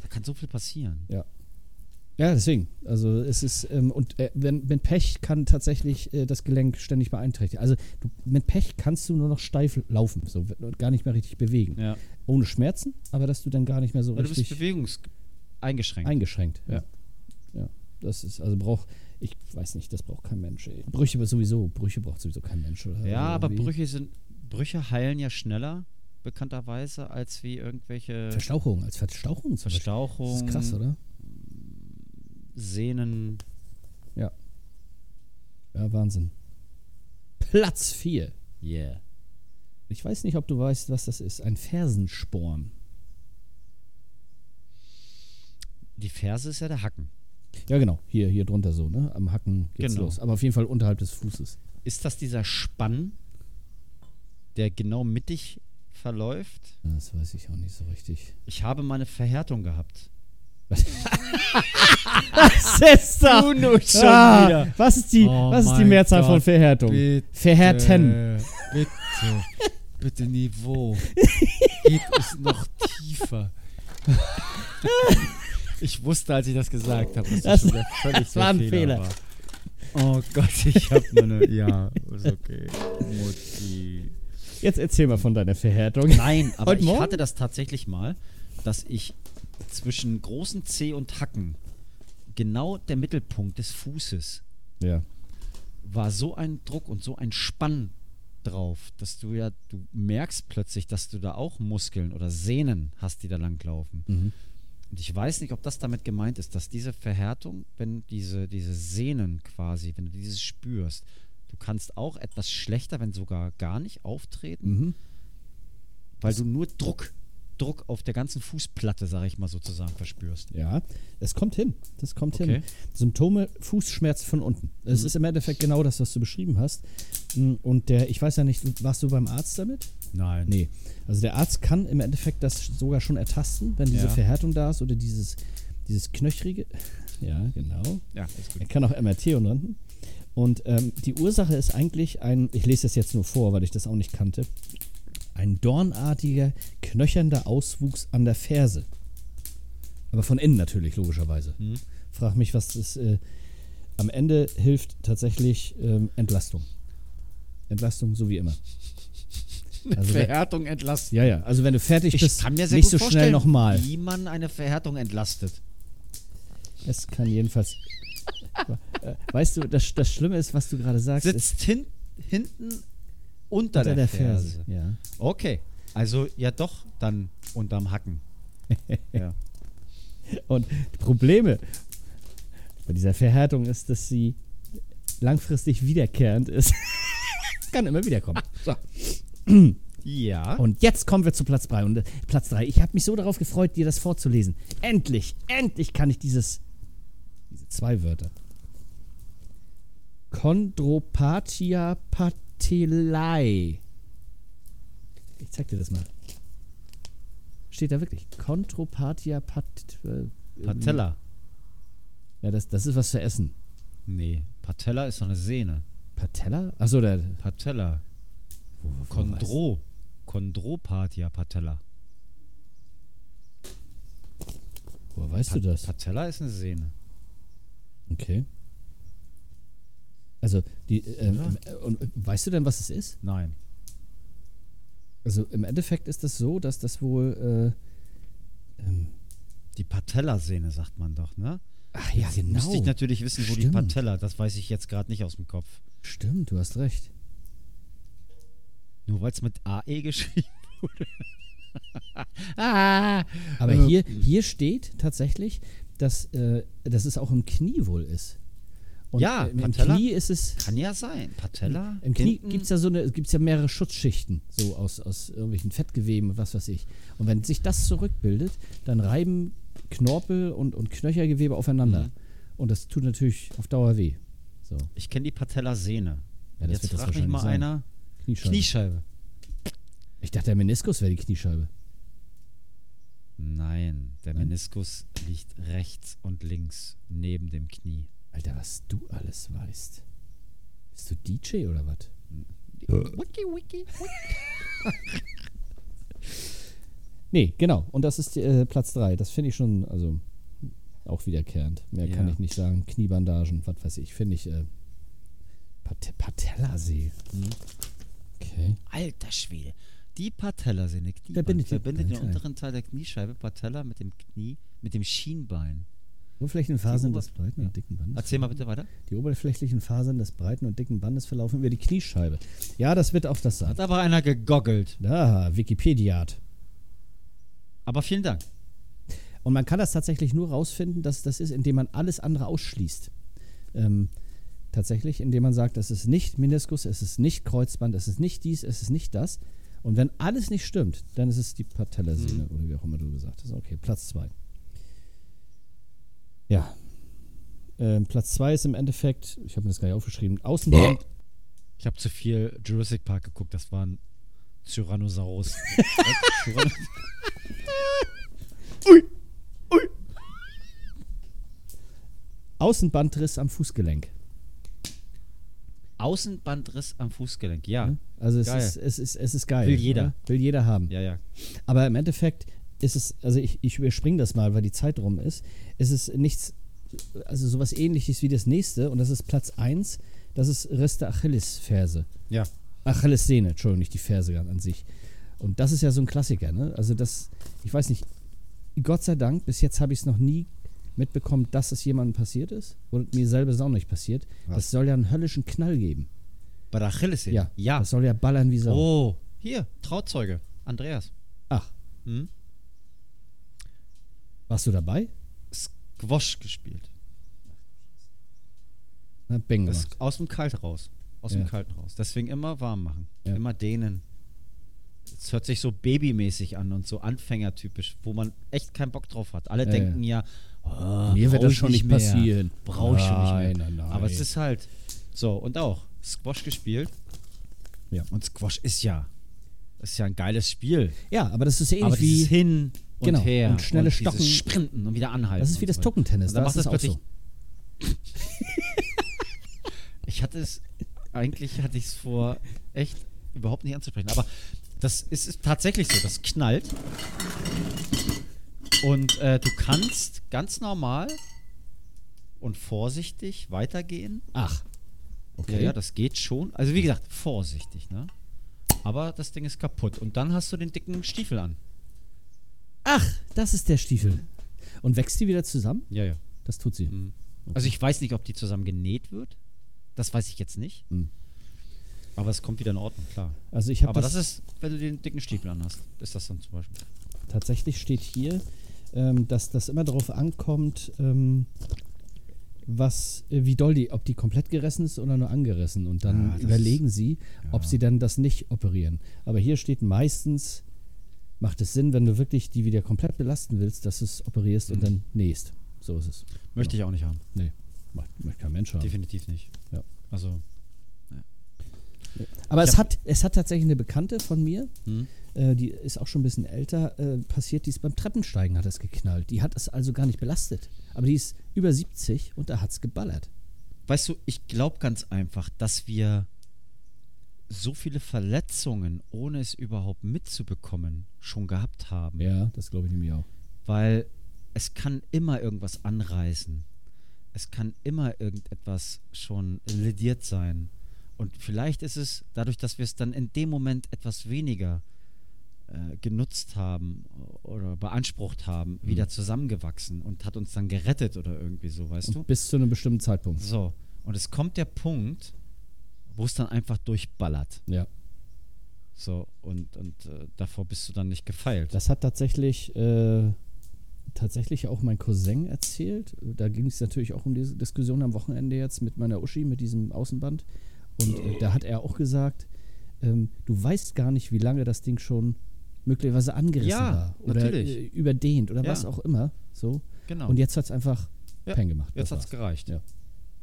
[SPEAKER 1] da kann so viel passieren.
[SPEAKER 2] Ja. Ja, deswegen. Also es ist, ähm, und äh, wenn, mit Pech kann tatsächlich äh, das Gelenk ständig beeinträchtigen. Also du, mit Pech kannst du nur noch steif laufen so, und gar nicht mehr richtig bewegen.
[SPEAKER 1] Ja.
[SPEAKER 2] Ohne Schmerzen, aber dass du dann gar nicht mehr so
[SPEAKER 1] Weil du bist
[SPEAKER 2] richtig
[SPEAKER 1] bewegungs eingeschränkt.
[SPEAKER 2] eingeschränkt.
[SPEAKER 1] Ja.
[SPEAKER 2] ja. Das ist, also braucht, ich weiß nicht, das braucht kein Mensch. Ey. Brüche aber sowieso, Brüche braucht sowieso kein Mensch. Oder
[SPEAKER 1] ja, aber
[SPEAKER 2] irgendwie.
[SPEAKER 1] Brüche sind. Brüche heilen ja schneller, bekannterweise, als wie irgendwelche
[SPEAKER 2] Verstauchung, als Verstauchung zum Beispiel.
[SPEAKER 1] Verstauchungen.
[SPEAKER 2] Das ist krass, oder?
[SPEAKER 1] Sehnen.
[SPEAKER 2] Ja. Ja, Wahnsinn. Platz 4.
[SPEAKER 1] Yeah.
[SPEAKER 2] Ich weiß nicht, ob du weißt, was das ist. Ein Fersensporn.
[SPEAKER 1] Die Ferse ist ja der Hacken.
[SPEAKER 2] Ja, genau. Hier, hier drunter so, ne? Am Hacken geht's
[SPEAKER 1] Genau.
[SPEAKER 2] los. Aber auf jeden Fall unterhalb des Fußes.
[SPEAKER 1] Ist das dieser Spann, der genau mittig verläuft?
[SPEAKER 2] Das weiß ich auch nicht so richtig.
[SPEAKER 1] Ich habe meine Verhärtung gehabt.
[SPEAKER 2] Was ist das?
[SPEAKER 1] nun
[SPEAKER 2] Ah, Was ist die,
[SPEAKER 3] Oh
[SPEAKER 2] was ist die
[SPEAKER 3] mein
[SPEAKER 2] Mehrzahl von
[SPEAKER 3] Gott,
[SPEAKER 2] Verhärtung?
[SPEAKER 3] Bitte,
[SPEAKER 2] Verhärten.
[SPEAKER 3] Bitte, bitte Niveau. Geht es noch tiefer. Ich wusste, als ich das gesagt habe, dass
[SPEAKER 2] Das-
[SPEAKER 3] das schon der völlig
[SPEAKER 2] das war ein
[SPEAKER 3] der
[SPEAKER 2] Fehler.
[SPEAKER 3] War. Oh Gott, ich habe meine. Ja, ist okay. Mutti.
[SPEAKER 2] Jetzt erzähl mal von deiner Verhärtung.
[SPEAKER 1] Nein, aber
[SPEAKER 2] Heute
[SPEAKER 1] ich
[SPEAKER 2] Morgen?
[SPEAKER 1] hatte das tatsächlich mal, dass ich zwischen großen Zeh und Hacken genau der Mittelpunkt des Fußes
[SPEAKER 2] Ja.
[SPEAKER 1] war so ein Druck und so ein Spann drauf, dass du ja, du merkst plötzlich, dass du da auch Muskeln oder Sehnen hast, die da langlaufen.
[SPEAKER 2] Mhm.
[SPEAKER 1] Und ich weiß nicht, ob das damit gemeint ist, dass diese Verhärtung, wenn diese, diese Sehnen quasi, wenn du dieses spürst, du kannst auch etwas schlechter, wenn sogar gar nicht auftreten,
[SPEAKER 2] Mhm.
[SPEAKER 1] weil du nur Druck, Druck auf der ganzen Fußplatte, sage ich mal sozusagen, verspürst.
[SPEAKER 2] Ja, es kommt hin. Das kommt hin.
[SPEAKER 1] Okay.
[SPEAKER 2] Symptome, Fußschmerz von unten.
[SPEAKER 3] Mhm.
[SPEAKER 2] Es ist im Endeffekt genau das, was du beschrieben hast. Mm, Und der, ich weiß ja nicht, du- warst du beim Arzt damit?
[SPEAKER 1] Nein.
[SPEAKER 2] Nee. Also der Arzt kann im Endeffekt das sogar schon ertasten, wenn diese
[SPEAKER 1] Ja.
[SPEAKER 2] Verhärtung da ist oder dieses, dieses knöchrige. Ja, genau.
[SPEAKER 1] Ja, ist gut.
[SPEAKER 2] Er kann auch MRT und Röntgen. Und ähm, die Ursache ist eigentlich ein, ich lese das jetzt nur vor, weil ich das auch nicht kannte, ein dornartiger, knöchernder Auswuchs an der Ferse. Aber von innen natürlich, logischerweise. Frag mich, was das. Äh, am Ende hilft tatsächlich ähm, Entlastung. Entlastung, so wie immer. Also, wenn-
[SPEAKER 1] Verhärtung entlassen.
[SPEAKER 2] ja, ja. Also, wenn du fertig
[SPEAKER 1] Ich
[SPEAKER 2] bist,
[SPEAKER 1] kann mir sehr
[SPEAKER 2] nicht
[SPEAKER 1] gut
[SPEAKER 2] so schnell
[SPEAKER 1] vorstellen,
[SPEAKER 2] nochmal.
[SPEAKER 1] wie man eine Verhärtung entlastet.
[SPEAKER 2] Es kann jedenfalls. Äh, weißt du, das, das Schlimme ist, was du gerade sagst, ist
[SPEAKER 1] Sitzt hin, hinten unter,
[SPEAKER 2] unter
[SPEAKER 1] der, Ferse.
[SPEAKER 2] Ja.
[SPEAKER 1] Okay, also ja doch dann unterm Hacken. ja.
[SPEAKER 2] Und die Probleme bei dieser Verhärtung ist, dass sie langfristig wiederkehrend ist. Kann immer wieder kommen. So.
[SPEAKER 1] Ja.
[SPEAKER 2] Und jetzt kommen wir zu Platz 3. Und äh, Platz 3, ich habe mich so darauf gefreut, dir das vorzulesen. Endlich, endlich kann ich dieses. Diese zwei Wörter. Chondropathia patellai. Ich zeig dir das mal. Steht da wirklich. Chondropathia pat, äh,
[SPEAKER 1] Patella.
[SPEAKER 2] Ja, das, das ist was zu essen.
[SPEAKER 1] Nee, Patella ist so eine Sehne.
[SPEAKER 2] Patella? Achso, der.
[SPEAKER 1] Patella.
[SPEAKER 2] Oh,
[SPEAKER 1] Chondro. Chondropathia Patella.
[SPEAKER 2] Woher weißt
[SPEAKER 1] Pa-
[SPEAKER 2] du das?
[SPEAKER 1] Patella ist eine Sehne.
[SPEAKER 2] Okay. Also, die. Ähm, äh, und, äh, weißt du denn, was es ist?
[SPEAKER 1] Nein.
[SPEAKER 2] Also im Endeffekt ist das so, dass das wohl. Äh, ähm,
[SPEAKER 1] Die Patella-Sehne sagt man doch, ne?
[SPEAKER 2] ach ja, genau.
[SPEAKER 1] Müsste ich natürlich wissen, wo die
[SPEAKER 2] Stimmt.
[SPEAKER 1] Patella, das weiß ich jetzt gerade nicht aus dem Kopf.
[SPEAKER 2] Stimmt, du hast recht.
[SPEAKER 1] Nur weil es mit AE geschrieben Ah,
[SPEAKER 2] Aber
[SPEAKER 1] Ähm.
[SPEAKER 2] hier, hier steht tatsächlich, dass, äh, dass es auch im Knie wohl ist. Und
[SPEAKER 1] Ja,
[SPEAKER 2] im, im
[SPEAKER 1] Patella-
[SPEAKER 2] Knie ist es.
[SPEAKER 1] Kann ja sein. Patella?
[SPEAKER 2] Im Knie
[SPEAKER 1] hinten.
[SPEAKER 2] gibt es ja so eine, gibt's ja mehrere Schutzschichten, so aus, aus irgendwelchen Fettgeweben und was weiß ich. Und wenn sich das zurückbildet, dann reiben Knorpel und, und Knöchergewebe aufeinander.
[SPEAKER 1] Mhm.
[SPEAKER 2] Und das tut natürlich auf Dauer weh. So,
[SPEAKER 1] Ich kenne die Patella-Sehne.
[SPEAKER 2] Ja, das
[SPEAKER 1] jetzt
[SPEAKER 2] wird das
[SPEAKER 1] fragt mich mal
[SPEAKER 2] wahrscheinlich sein.
[SPEAKER 1] einer.
[SPEAKER 2] Kniescheibe.
[SPEAKER 1] Kniescheibe.
[SPEAKER 2] ich dachte, der Meniskus wäre die Kniescheibe.
[SPEAKER 1] Nein, der Meniskus liegt rechts und links neben dem Knie.
[SPEAKER 2] Alter, was du alles weißt. Bist du DJ oder was?
[SPEAKER 1] Wiki, wiki.
[SPEAKER 2] Nee, genau. Und das ist äh, Platz 3. Das finde ich schon, also auch wiederkehrend. Mehr kann
[SPEAKER 1] Ja.
[SPEAKER 2] ich nicht sagen. Kniebandagen, was weiß ich, finde ich. Äh, Pat Patellasee.
[SPEAKER 1] Mhm.
[SPEAKER 2] Okay.
[SPEAKER 1] Alter Schwede. Die Patellasehne, Knie.
[SPEAKER 2] Verbindet die-
[SPEAKER 1] verbindet den
[SPEAKER 2] Teil.
[SPEAKER 1] unteren Teil der Kniescheibe, Patella, mit dem Knie, mit dem Schienbein.
[SPEAKER 2] Die oberflächlichen Fasern des
[SPEAKER 1] Ober-
[SPEAKER 2] breiten und dicken Bandes.
[SPEAKER 1] Erzähl mal bitte weiter.
[SPEAKER 2] Die oberflächlichen Fasern des breiten und dicken Bandes verlaufen über die Kniescheibe. Ja, das wird auch das sein.
[SPEAKER 1] Hat aber einer gegoggelt.
[SPEAKER 2] Da, Wikipedia.
[SPEAKER 1] Aber vielen Dank.
[SPEAKER 2] Und man kann das tatsächlich nur rausfinden, dass das ist, indem man alles andere ausschließt. Ähm, tatsächlich, indem man sagt, das ist nicht Meniskus, es ist nicht Kreuzband, es ist nicht dies, es ist nicht das. Und wenn alles nicht stimmt, dann ist es die Patellasehne
[SPEAKER 1] Mhm.
[SPEAKER 2] oder wie auch immer du gesagt hast. Okay, Platz zwei. Ja. Ähm, Platz zwei ist im Endeffekt, ich habe mir das gar nicht aufgeschrieben, Außenband.
[SPEAKER 1] Ich habe zu viel Jurassic Park geguckt, das war ein Tyrannosaurus. Tyrann
[SPEAKER 2] Außenbandriss am Fußgelenk.
[SPEAKER 1] Außenbandriss am Fußgelenk, ja.
[SPEAKER 2] Also es
[SPEAKER 1] Geil.
[SPEAKER 2] ist, es, ist, es ist geil.
[SPEAKER 1] Will jeder.
[SPEAKER 2] oder? Will jeder haben.
[SPEAKER 1] Ja, ja.
[SPEAKER 2] Aber im Endeffekt ist es, also ich, ich überspringe das mal, weil die Zeit rum ist. Es ist nichts, also sowas ähnliches wie das nächste und das ist Platz 1, das ist Riss der Achillesferse.
[SPEAKER 1] Ja.
[SPEAKER 2] Achillessehne, Entschuldigung, nicht die Ferse an sich. Und das ist ja so ein Klassiker, ne? Also das, ich weiß nicht, Gott sei Dank, bis jetzt habe ich es noch nie mitbekommen, dass es jemandem passiert ist und mir selber ist auch nicht passiert.
[SPEAKER 1] Was?
[SPEAKER 2] Das soll ja einen höllischen Knall geben.
[SPEAKER 1] Bei der Achillessehne.
[SPEAKER 2] Ja,
[SPEAKER 1] Ja.
[SPEAKER 2] Das soll ja ballern wie Sau.
[SPEAKER 1] Oh, hier, Trauzeuge, Andreas.
[SPEAKER 2] Ach,
[SPEAKER 1] Hm?
[SPEAKER 2] warst du dabei?
[SPEAKER 1] Squash gespielt.
[SPEAKER 2] Na, Bing
[SPEAKER 1] Das
[SPEAKER 2] gemacht.
[SPEAKER 1] aus dem Kalt raus. Aus
[SPEAKER 2] Ja.
[SPEAKER 1] dem Kalten raus. Deswegen immer warm machen.
[SPEAKER 2] Ja.
[SPEAKER 1] Immer dehnen. Es hört sich so babymäßig an und so anfängertypisch, wo man echt keinen Bock drauf hat. Alle
[SPEAKER 2] Ja,
[SPEAKER 1] denken ja, oh,
[SPEAKER 2] Mir wird
[SPEAKER 1] brauch
[SPEAKER 2] das
[SPEAKER 1] ich
[SPEAKER 2] schon nicht
[SPEAKER 1] mehr.
[SPEAKER 2] passieren.
[SPEAKER 1] Brauche ich schon nicht mehr.
[SPEAKER 2] Nein, nein, nein.
[SPEAKER 1] Aber es ist halt so. Und auch Squash gespielt.
[SPEAKER 2] Ja.
[SPEAKER 1] Und Squash ist ja, ist ja ein geiles Spiel.
[SPEAKER 2] Ja, aber das ist ähnlich wie.
[SPEAKER 1] Aber dieses hin und
[SPEAKER 2] Genau,
[SPEAKER 1] her
[SPEAKER 2] und schnelle
[SPEAKER 1] dieses
[SPEAKER 2] Stocken.
[SPEAKER 1] Sprinten und wieder anhalten.
[SPEAKER 2] Das ist wie
[SPEAKER 1] und
[SPEAKER 2] das
[SPEAKER 1] so weiter.
[SPEAKER 2] Tuckentennis.
[SPEAKER 1] Und dann
[SPEAKER 2] Da
[SPEAKER 1] machst
[SPEAKER 2] ist
[SPEAKER 1] du
[SPEAKER 2] es
[SPEAKER 1] das
[SPEAKER 2] auch
[SPEAKER 1] plötzlich.
[SPEAKER 2] so.
[SPEAKER 1] Ich hatte es, eigentlich hatte ich es vor, echt überhaupt nicht anzusprechen. Aber das ist, ist tatsächlich so, das knallt. Und äh, du kannst ganz normal und vorsichtig weitergehen.
[SPEAKER 2] Ach. Okay.
[SPEAKER 1] Ja, ja, das geht schon. Also wie gesagt, vorsichtig, ne? Aber das Ding ist kaputt. Und dann hast du den dicken Stiefel an.
[SPEAKER 2] Ach, das ist der Stiefel. Und wächst die wieder zusammen?
[SPEAKER 1] Ja, ja.
[SPEAKER 2] Das tut sie.
[SPEAKER 1] Also ich weiß nicht, ob die zusammen genäht wird. Das weiß ich jetzt nicht.
[SPEAKER 2] Mhm.
[SPEAKER 1] Aber es kommt wieder in Ordnung, klar.
[SPEAKER 2] Also ich habe
[SPEAKER 1] Aber das,
[SPEAKER 2] das,
[SPEAKER 1] ist, wenn du den dicken Stiefel anhast, ist das dann zum Beispiel.
[SPEAKER 2] tatsächlich steht hier, ähm, dass das immer darauf ankommt, ähm, was, äh, wie doll die, ob die komplett gerissen ist oder nur angerissen. Und dann
[SPEAKER 1] Ah, das
[SPEAKER 2] überlegen sie, ob
[SPEAKER 1] ja.
[SPEAKER 2] sie dann das nicht operieren. Aber hier steht meistens, macht es Sinn, wenn du wirklich die wieder komplett belasten willst, dass du es operierst
[SPEAKER 1] Mhm.
[SPEAKER 2] und dann nähst. So ist es.
[SPEAKER 1] Möchte ich auch nicht haben.
[SPEAKER 2] Nee, macht, macht kein Mensch haben.
[SPEAKER 1] Genau. Definitiv nicht.
[SPEAKER 2] Ja.
[SPEAKER 1] Also,
[SPEAKER 2] Aber
[SPEAKER 1] Ich
[SPEAKER 2] es
[SPEAKER 1] hab-
[SPEAKER 2] hat, es hat tatsächlich eine Bekannte von mir,
[SPEAKER 1] hm?
[SPEAKER 2] äh, die ist auch schon ein bisschen älter, äh, passiert, die ist beim Treppensteigen hat es geknallt. Die hat es also gar nicht belastet. Aber die ist über 70 und da hat es geballert.
[SPEAKER 1] weißt du, ich glaube ganz einfach, dass wir so viele Verletzungen, ohne es überhaupt mitzubekommen, schon gehabt haben.
[SPEAKER 2] Ja, das glaube ich nämlich auch.
[SPEAKER 1] Weil es kann immer irgendwas anreißen. Es kann immer irgendetwas schon lediert sein. Und vielleicht ist es dadurch, dass wir es dann in dem Moment etwas weniger äh, genutzt haben oder beansprucht haben, wieder zusammengewachsen und hat uns dann gerettet oder irgendwie so, weißt du?
[SPEAKER 2] Und bis zu einem bestimmten Zeitpunkt.
[SPEAKER 1] So, und es kommt der Punkt, wo es dann einfach durchballert.
[SPEAKER 2] Ja.
[SPEAKER 1] So, und, und äh, davor bist du dann nicht gefeilt.
[SPEAKER 2] Das hat tatsächlich, äh, tatsächlich auch mein Cousin erzählt. Da ging es natürlich auch um diese Diskussion am Wochenende jetzt mit meiner Uschi, mit diesem Außenband. Und äh, da hat er auch gesagt, ähm, du weißt gar nicht, wie lange das Ding schon möglicherweise angerissen
[SPEAKER 1] Ja,
[SPEAKER 2] war. Oder
[SPEAKER 1] natürlich.
[SPEAKER 2] Äh, überdehnt oder
[SPEAKER 1] Ja.
[SPEAKER 2] was auch immer. So.
[SPEAKER 1] Genau.
[SPEAKER 2] Und jetzt hat es einfach
[SPEAKER 1] Ja,
[SPEAKER 2] Peng gemacht.
[SPEAKER 1] jetzt
[SPEAKER 2] Das
[SPEAKER 1] hat es
[SPEAKER 2] war's.
[SPEAKER 1] gereicht.
[SPEAKER 2] Ja.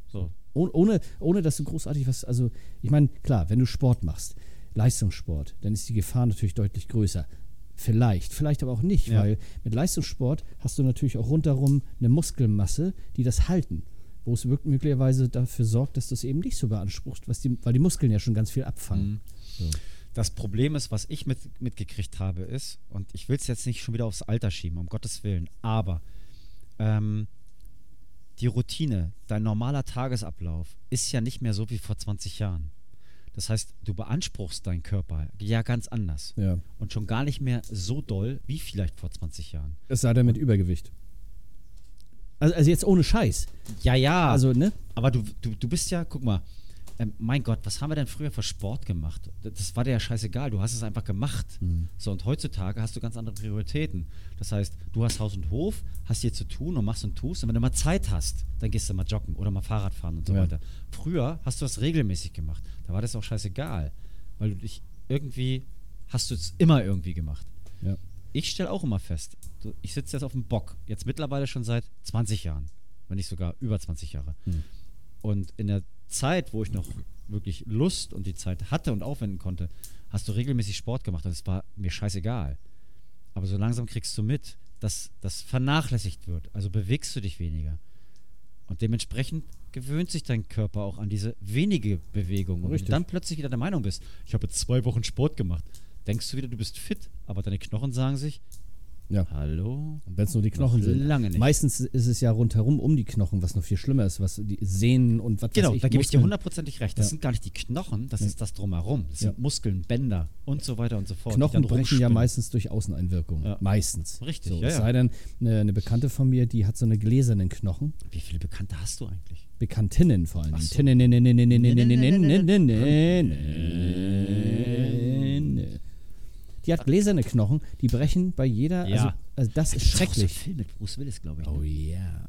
[SPEAKER 1] So,
[SPEAKER 2] Oh- ohne, ohne, dass du großartig was, also ich meine, klar, wenn du Sport machst, Leistungssport, dann ist die Gefahr natürlich deutlich größer. Vielleicht, vielleicht aber auch nicht,
[SPEAKER 1] Ja.
[SPEAKER 2] weil mit Leistungssport hast du natürlich auch rundherum eine Muskelmasse, die das halten, wo es wirk- möglicherweise dafür sorgt, dass du es eben nicht so beanspruchst, was die, weil die Muskeln ja schon ganz viel abfangen.
[SPEAKER 1] Das Problem ist, was ich mit, mitgekriegt habe, ist, und ich will es jetzt nicht schon wieder aufs Alter schieben, um Gottes Willen, aber ähm, die Routine, dein normaler Tagesablauf ist ja nicht mehr so wie vor 20 Jahren. Das heißt, du beanspruchst deinen Körper ja ganz anders.
[SPEAKER 2] Ja.
[SPEAKER 1] Und schon gar nicht mehr so doll wie vielleicht vor 20 Jahren.
[SPEAKER 2] Es sei denn mit Übergewicht. Also, also jetzt ohne Scheiß.
[SPEAKER 1] Ja, ja.
[SPEAKER 2] Also, ne?
[SPEAKER 1] Aber du, du, du bist ja, guck mal, ähm, mein Gott, was haben wir denn früher für Sport gemacht? Das- Das war dir ja scheißegal, du hast es einfach gemacht. So, und heutzutage hast du ganz andere Prioritäten. Das heißt, du hast Haus und Hof, hast hier zu tun und machst und tust. Und wenn du mal Zeit hast, dann gehst du mal joggen oder mal Fahrrad fahren und so
[SPEAKER 2] Ja.
[SPEAKER 1] weiter. Früher hast du das regelmäßig gemacht. Da war das auch scheißegal, weil du dich irgendwie, hast du es immer irgendwie gemacht.
[SPEAKER 2] Ja.
[SPEAKER 1] Ich stelle auch immer fest, so, ich sitze jetzt auf dem Bock, jetzt mittlerweile schon seit 20 Jahren, wenn nicht sogar über 20 Jahre. Und in der Zeit, wo ich noch wirklich Lust und die Zeit hatte und aufwenden konnte, hast du regelmäßig Sport gemacht und es war mir scheißegal. Aber so langsam kriegst du mit, dass das vernachlässigt wird. Also bewegst du dich weniger. Und dementsprechend gewöhnt sich dein Körper auch an diese wenige Bewegung. Und wenn du
[SPEAKER 2] Richtig.
[SPEAKER 1] dann plötzlich wieder der Meinung bist, ich habe jetzt zwei Wochen Sport gemacht, denkst du wieder, du bist fit, aber deine Knochen sagen sich,
[SPEAKER 2] Ja.
[SPEAKER 1] hallo?
[SPEAKER 2] Wenn es nur die Knochen
[SPEAKER 1] Noch
[SPEAKER 2] sind.
[SPEAKER 1] lange nicht.
[SPEAKER 2] Meistens ist es ja rundherum um die Knochen, was noch viel schlimmer ist, was die Sehnen und was weiß
[SPEAKER 1] Genau,
[SPEAKER 2] ich,
[SPEAKER 1] da gebe ich dir
[SPEAKER 2] Muskeln.
[SPEAKER 1] hundertprozentig recht. Das
[SPEAKER 2] Ja.
[SPEAKER 1] sind gar nicht die Knochen, das
[SPEAKER 2] Nee.
[SPEAKER 1] ist das drumherum. Das
[SPEAKER 2] Ja.
[SPEAKER 1] sind Muskeln, Bänder und so weiter und so fort. die
[SPEAKER 2] Knochen
[SPEAKER 1] dann
[SPEAKER 2] brechen ja
[SPEAKER 1] rumspinnen.
[SPEAKER 2] meistens durch Außeneinwirkungen.
[SPEAKER 1] Ja.
[SPEAKER 2] Meistens.
[SPEAKER 1] Richtig,
[SPEAKER 2] So,
[SPEAKER 1] ja,
[SPEAKER 2] Es
[SPEAKER 1] ja.
[SPEAKER 2] sei denn, ne, eine, eine Bekannte von mir, die hat so eine gläsernen Knochen.
[SPEAKER 1] Wie viele Bekannte hast du eigentlich?
[SPEAKER 2] Bekanntinnen vor allem.
[SPEAKER 1] Ach so.
[SPEAKER 2] ne, ne, Die hat gläserne Knochen, die brechen bei jeder.
[SPEAKER 1] Ah. Ja.
[SPEAKER 2] Also, also das ist
[SPEAKER 1] Schrecklich.
[SPEAKER 2] schrecklich.
[SPEAKER 1] Film mit Bruce Willis, glaube ich. ne?
[SPEAKER 2] Oh ja.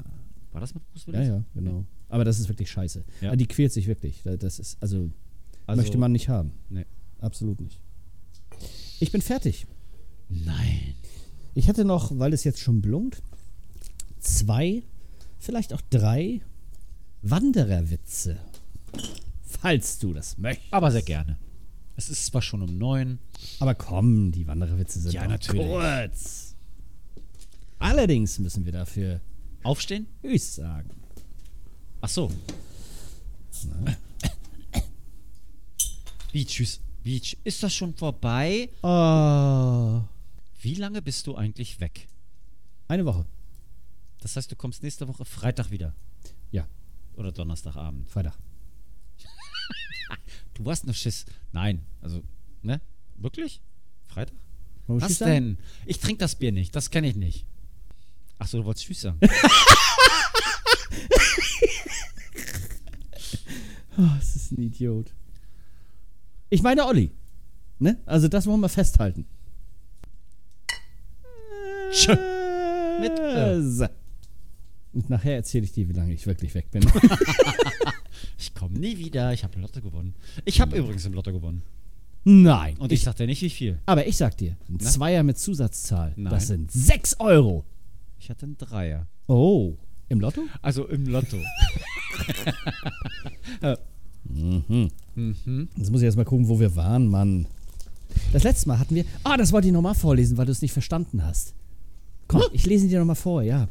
[SPEAKER 1] War das mit Bruce
[SPEAKER 2] Ja,
[SPEAKER 1] Willis?
[SPEAKER 2] ja, genau. Aber das ist wirklich scheiße.
[SPEAKER 1] Ja.
[SPEAKER 2] Aber Die quält sich wirklich. Da- Das ist, also,
[SPEAKER 1] Also-
[SPEAKER 2] möchte man nicht haben.
[SPEAKER 1] Nee.
[SPEAKER 2] Absolut nicht. Ich bin fertig.
[SPEAKER 1] Nein.
[SPEAKER 2] Ich hätte noch, weil es jetzt schon blunkt, zwei, vielleicht auch drei Wandererwitze. Falls du das möchtest.
[SPEAKER 1] Aber sehr gerne. Es ist zwar schon um neun.
[SPEAKER 2] Aber komm, die Wandererwitze sind
[SPEAKER 1] Ja,
[SPEAKER 2] doch
[SPEAKER 1] natürlich.
[SPEAKER 2] kurz. Allerdings müssen wir dafür
[SPEAKER 1] Aufstehen?
[SPEAKER 2] Tschüss sagen.
[SPEAKER 1] Ach so. Wie, tschüss. Wie, tsch- ist das schon vorbei?
[SPEAKER 2] Oh,
[SPEAKER 1] Wie lange bist du eigentlich weg?
[SPEAKER 2] eine Woche.
[SPEAKER 1] Das heißt, du kommst nächste Woche Freitag wieder.
[SPEAKER 2] Ja,
[SPEAKER 1] Oder Donnerstagabend.
[SPEAKER 2] Freitag.
[SPEAKER 1] Du warst nur Schiss. Nein, also, ne? Wirklich? Freitag?
[SPEAKER 2] Wollen wir
[SPEAKER 1] Was
[SPEAKER 2] Tschüss sagen?
[SPEAKER 1] denn? Ich trinke das Bier nicht, das kenne ich nicht. Ach so, du wolltest Tschüss sagen.
[SPEAKER 2] Oh, das ist ein Idiot. Ich meine Olli. Ne? Also das wollen wir festhalten.
[SPEAKER 1] Tschö.
[SPEAKER 2] Mit
[SPEAKER 1] Ö.
[SPEAKER 2] so. Und nachher erzähle ich dir, wie lange ich wirklich weg bin.
[SPEAKER 1] Ich komme nie wieder, ich habe Lotto gewonnen. Ich habe übrigens im Lotto gewonnen.
[SPEAKER 2] Nein.
[SPEAKER 1] Und ich, sag dir nicht, wie viel.
[SPEAKER 2] aber ich sag dir, ein Zweier mit Zusatzzahl,
[SPEAKER 1] Nein.
[SPEAKER 2] das sind 6 Euro.
[SPEAKER 1] Ich hatte einen Dreier.
[SPEAKER 2] Oh, im Lotto?
[SPEAKER 1] Also im Lotto.
[SPEAKER 2] Jetzt muss ich erst mal gucken, wo wir waren, Mann. Das letzte Mal hatten wir. Ah, das wollte ich nochmal vorlesen, weil du es nicht verstanden hast.
[SPEAKER 1] Hm?
[SPEAKER 2] Komm, ich lese ihn dir nochmal vor, ja.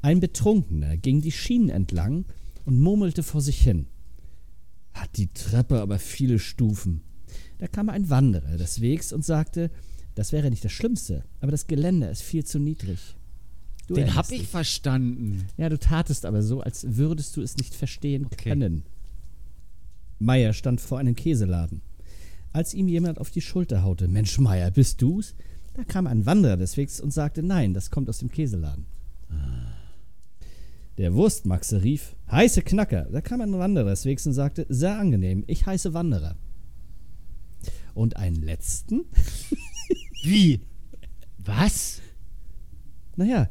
[SPEAKER 2] Ein Betrunkener ging die Schienen entlang und murmelte vor sich hin. Hat die Treppe aber viele Stufen. Da kam ein Wanderer des Wegs und sagte, das wäre nicht das Schlimmste, aber das Geländer ist viel zu niedrig. Du
[SPEAKER 1] Den
[SPEAKER 2] erinnerst
[SPEAKER 1] hab ich
[SPEAKER 2] dich.
[SPEAKER 1] verstanden.
[SPEAKER 2] Ja, du tatest aber so, als würdest du es nicht verstehen
[SPEAKER 1] Okay.
[SPEAKER 2] können. Meier stand vor einem Käseladen. Als ihm jemand auf die Schulter haute, Mensch, Meier, bist du's? Da kam ein Wanderer des Wegs und sagte, nein, das kommt aus dem Käseladen. Der Wurstmaxe rief, heiße Knacker. Da kam ein Wanderer des Wegs und sagte, sehr angenehm, ich heiße Wanderer. Und einen letzten?
[SPEAKER 1] Wie? Was?
[SPEAKER 2] Naja,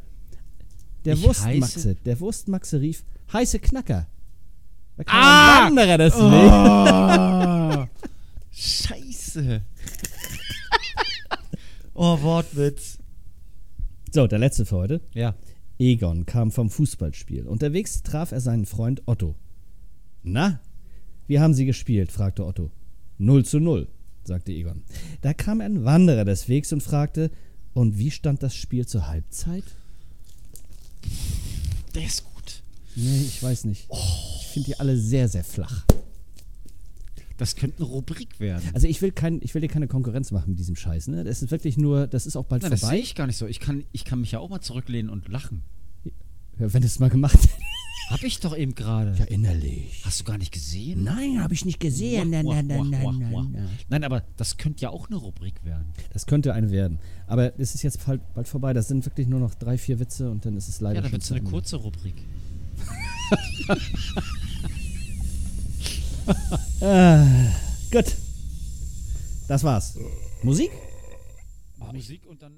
[SPEAKER 2] der
[SPEAKER 1] Ich heiße-
[SPEAKER 2] Wurstmaxe, der Wurstmaxe rief, heiße Knacker. Da kam
[SPEAKER 1] Ah!
[SPEAKER 2] ein Wanderer des Wegs.
[SPEAKER 1] Scheiße. oh, Wortwitz.
[SPEAKER 2] So, der letzte für heute.
[SPEAKER 1] Ja.
[SPEAKER 2] Egon kam vom Fußballspiel. Unterwegs traf er seinen Freund Otto. Na, wie haben Sie gespielt? fragte Otto. Null zu null, sagte Egon. Da kam ein Wanderer des Wegs und fragte, und wie stand das Spiel zur Halbzeit?
[SPEAKER 1] Der ist gut.
[SPEAKER 2] Nee, ich weiß nicht.
[SPEAKER 1] Oh.
[SPEAKER 2] Ich finde die alle sehr, sehr flach.
[SPEAKER 1] Das könnte eine Rubrik werden.
[SPEAKER 2] Also ich will, kein, ich will dir keine Konkurrenz machen mit diesem Scheiß. Ne? Das ist wirklich nur, das ist auch bald
[SPEAKER 1] Nein, das sehe
[SPEAKER 2] vorbei.
[SPEAKER 1] ich gar nicht so. Ich kann, ich kann mich ja auch mal zurücklehnen und lachen.
[SPEAKER 2] Ja, wenn du es mal gemacht hättest.
[SPEAKER 1] Hab ich doch eben gerade.
[SPEAKER 2] Ja, innerlich.
[SPEAKER 1] Hast du gar nicht gesehen?
[SPEAKER 2] Nein, habe ich nicht gesehen.
[SPEAKER 1] Wah,
[SPEAKER 2] Nein,
[SPEAKER 1] wah,
[SPEAKER 2] nein, nein,
[SPEAKER 1] wah, wah,
[SPEAKER 2] nein,
[SPEAKER 1] wah.
[SPEAKER 2] nein, nein.
[SPEAKER 1] Nein, aber das könnte ja auch eine Rubrik werden.
[SPEAKER 2] Das könnte eine werden. Aber es ist jetzt bald, bald vorbei. Das sind wirklich nur noch drei, vier Witze und dann ist es leider
[SPEAKER 1] Ja, dann
[SPEAKER 2] schon
[SPEAKER 1] wird es
[SPEAKER 2] zu
[SPEAKER 1] eine
[SPEAKER 2] Ende.
[SPEAKER 1] kurze Rubrik.
[SPEAKER 2] Gut. Das war's. Musik?
[SPEAKER 1] Musik und dann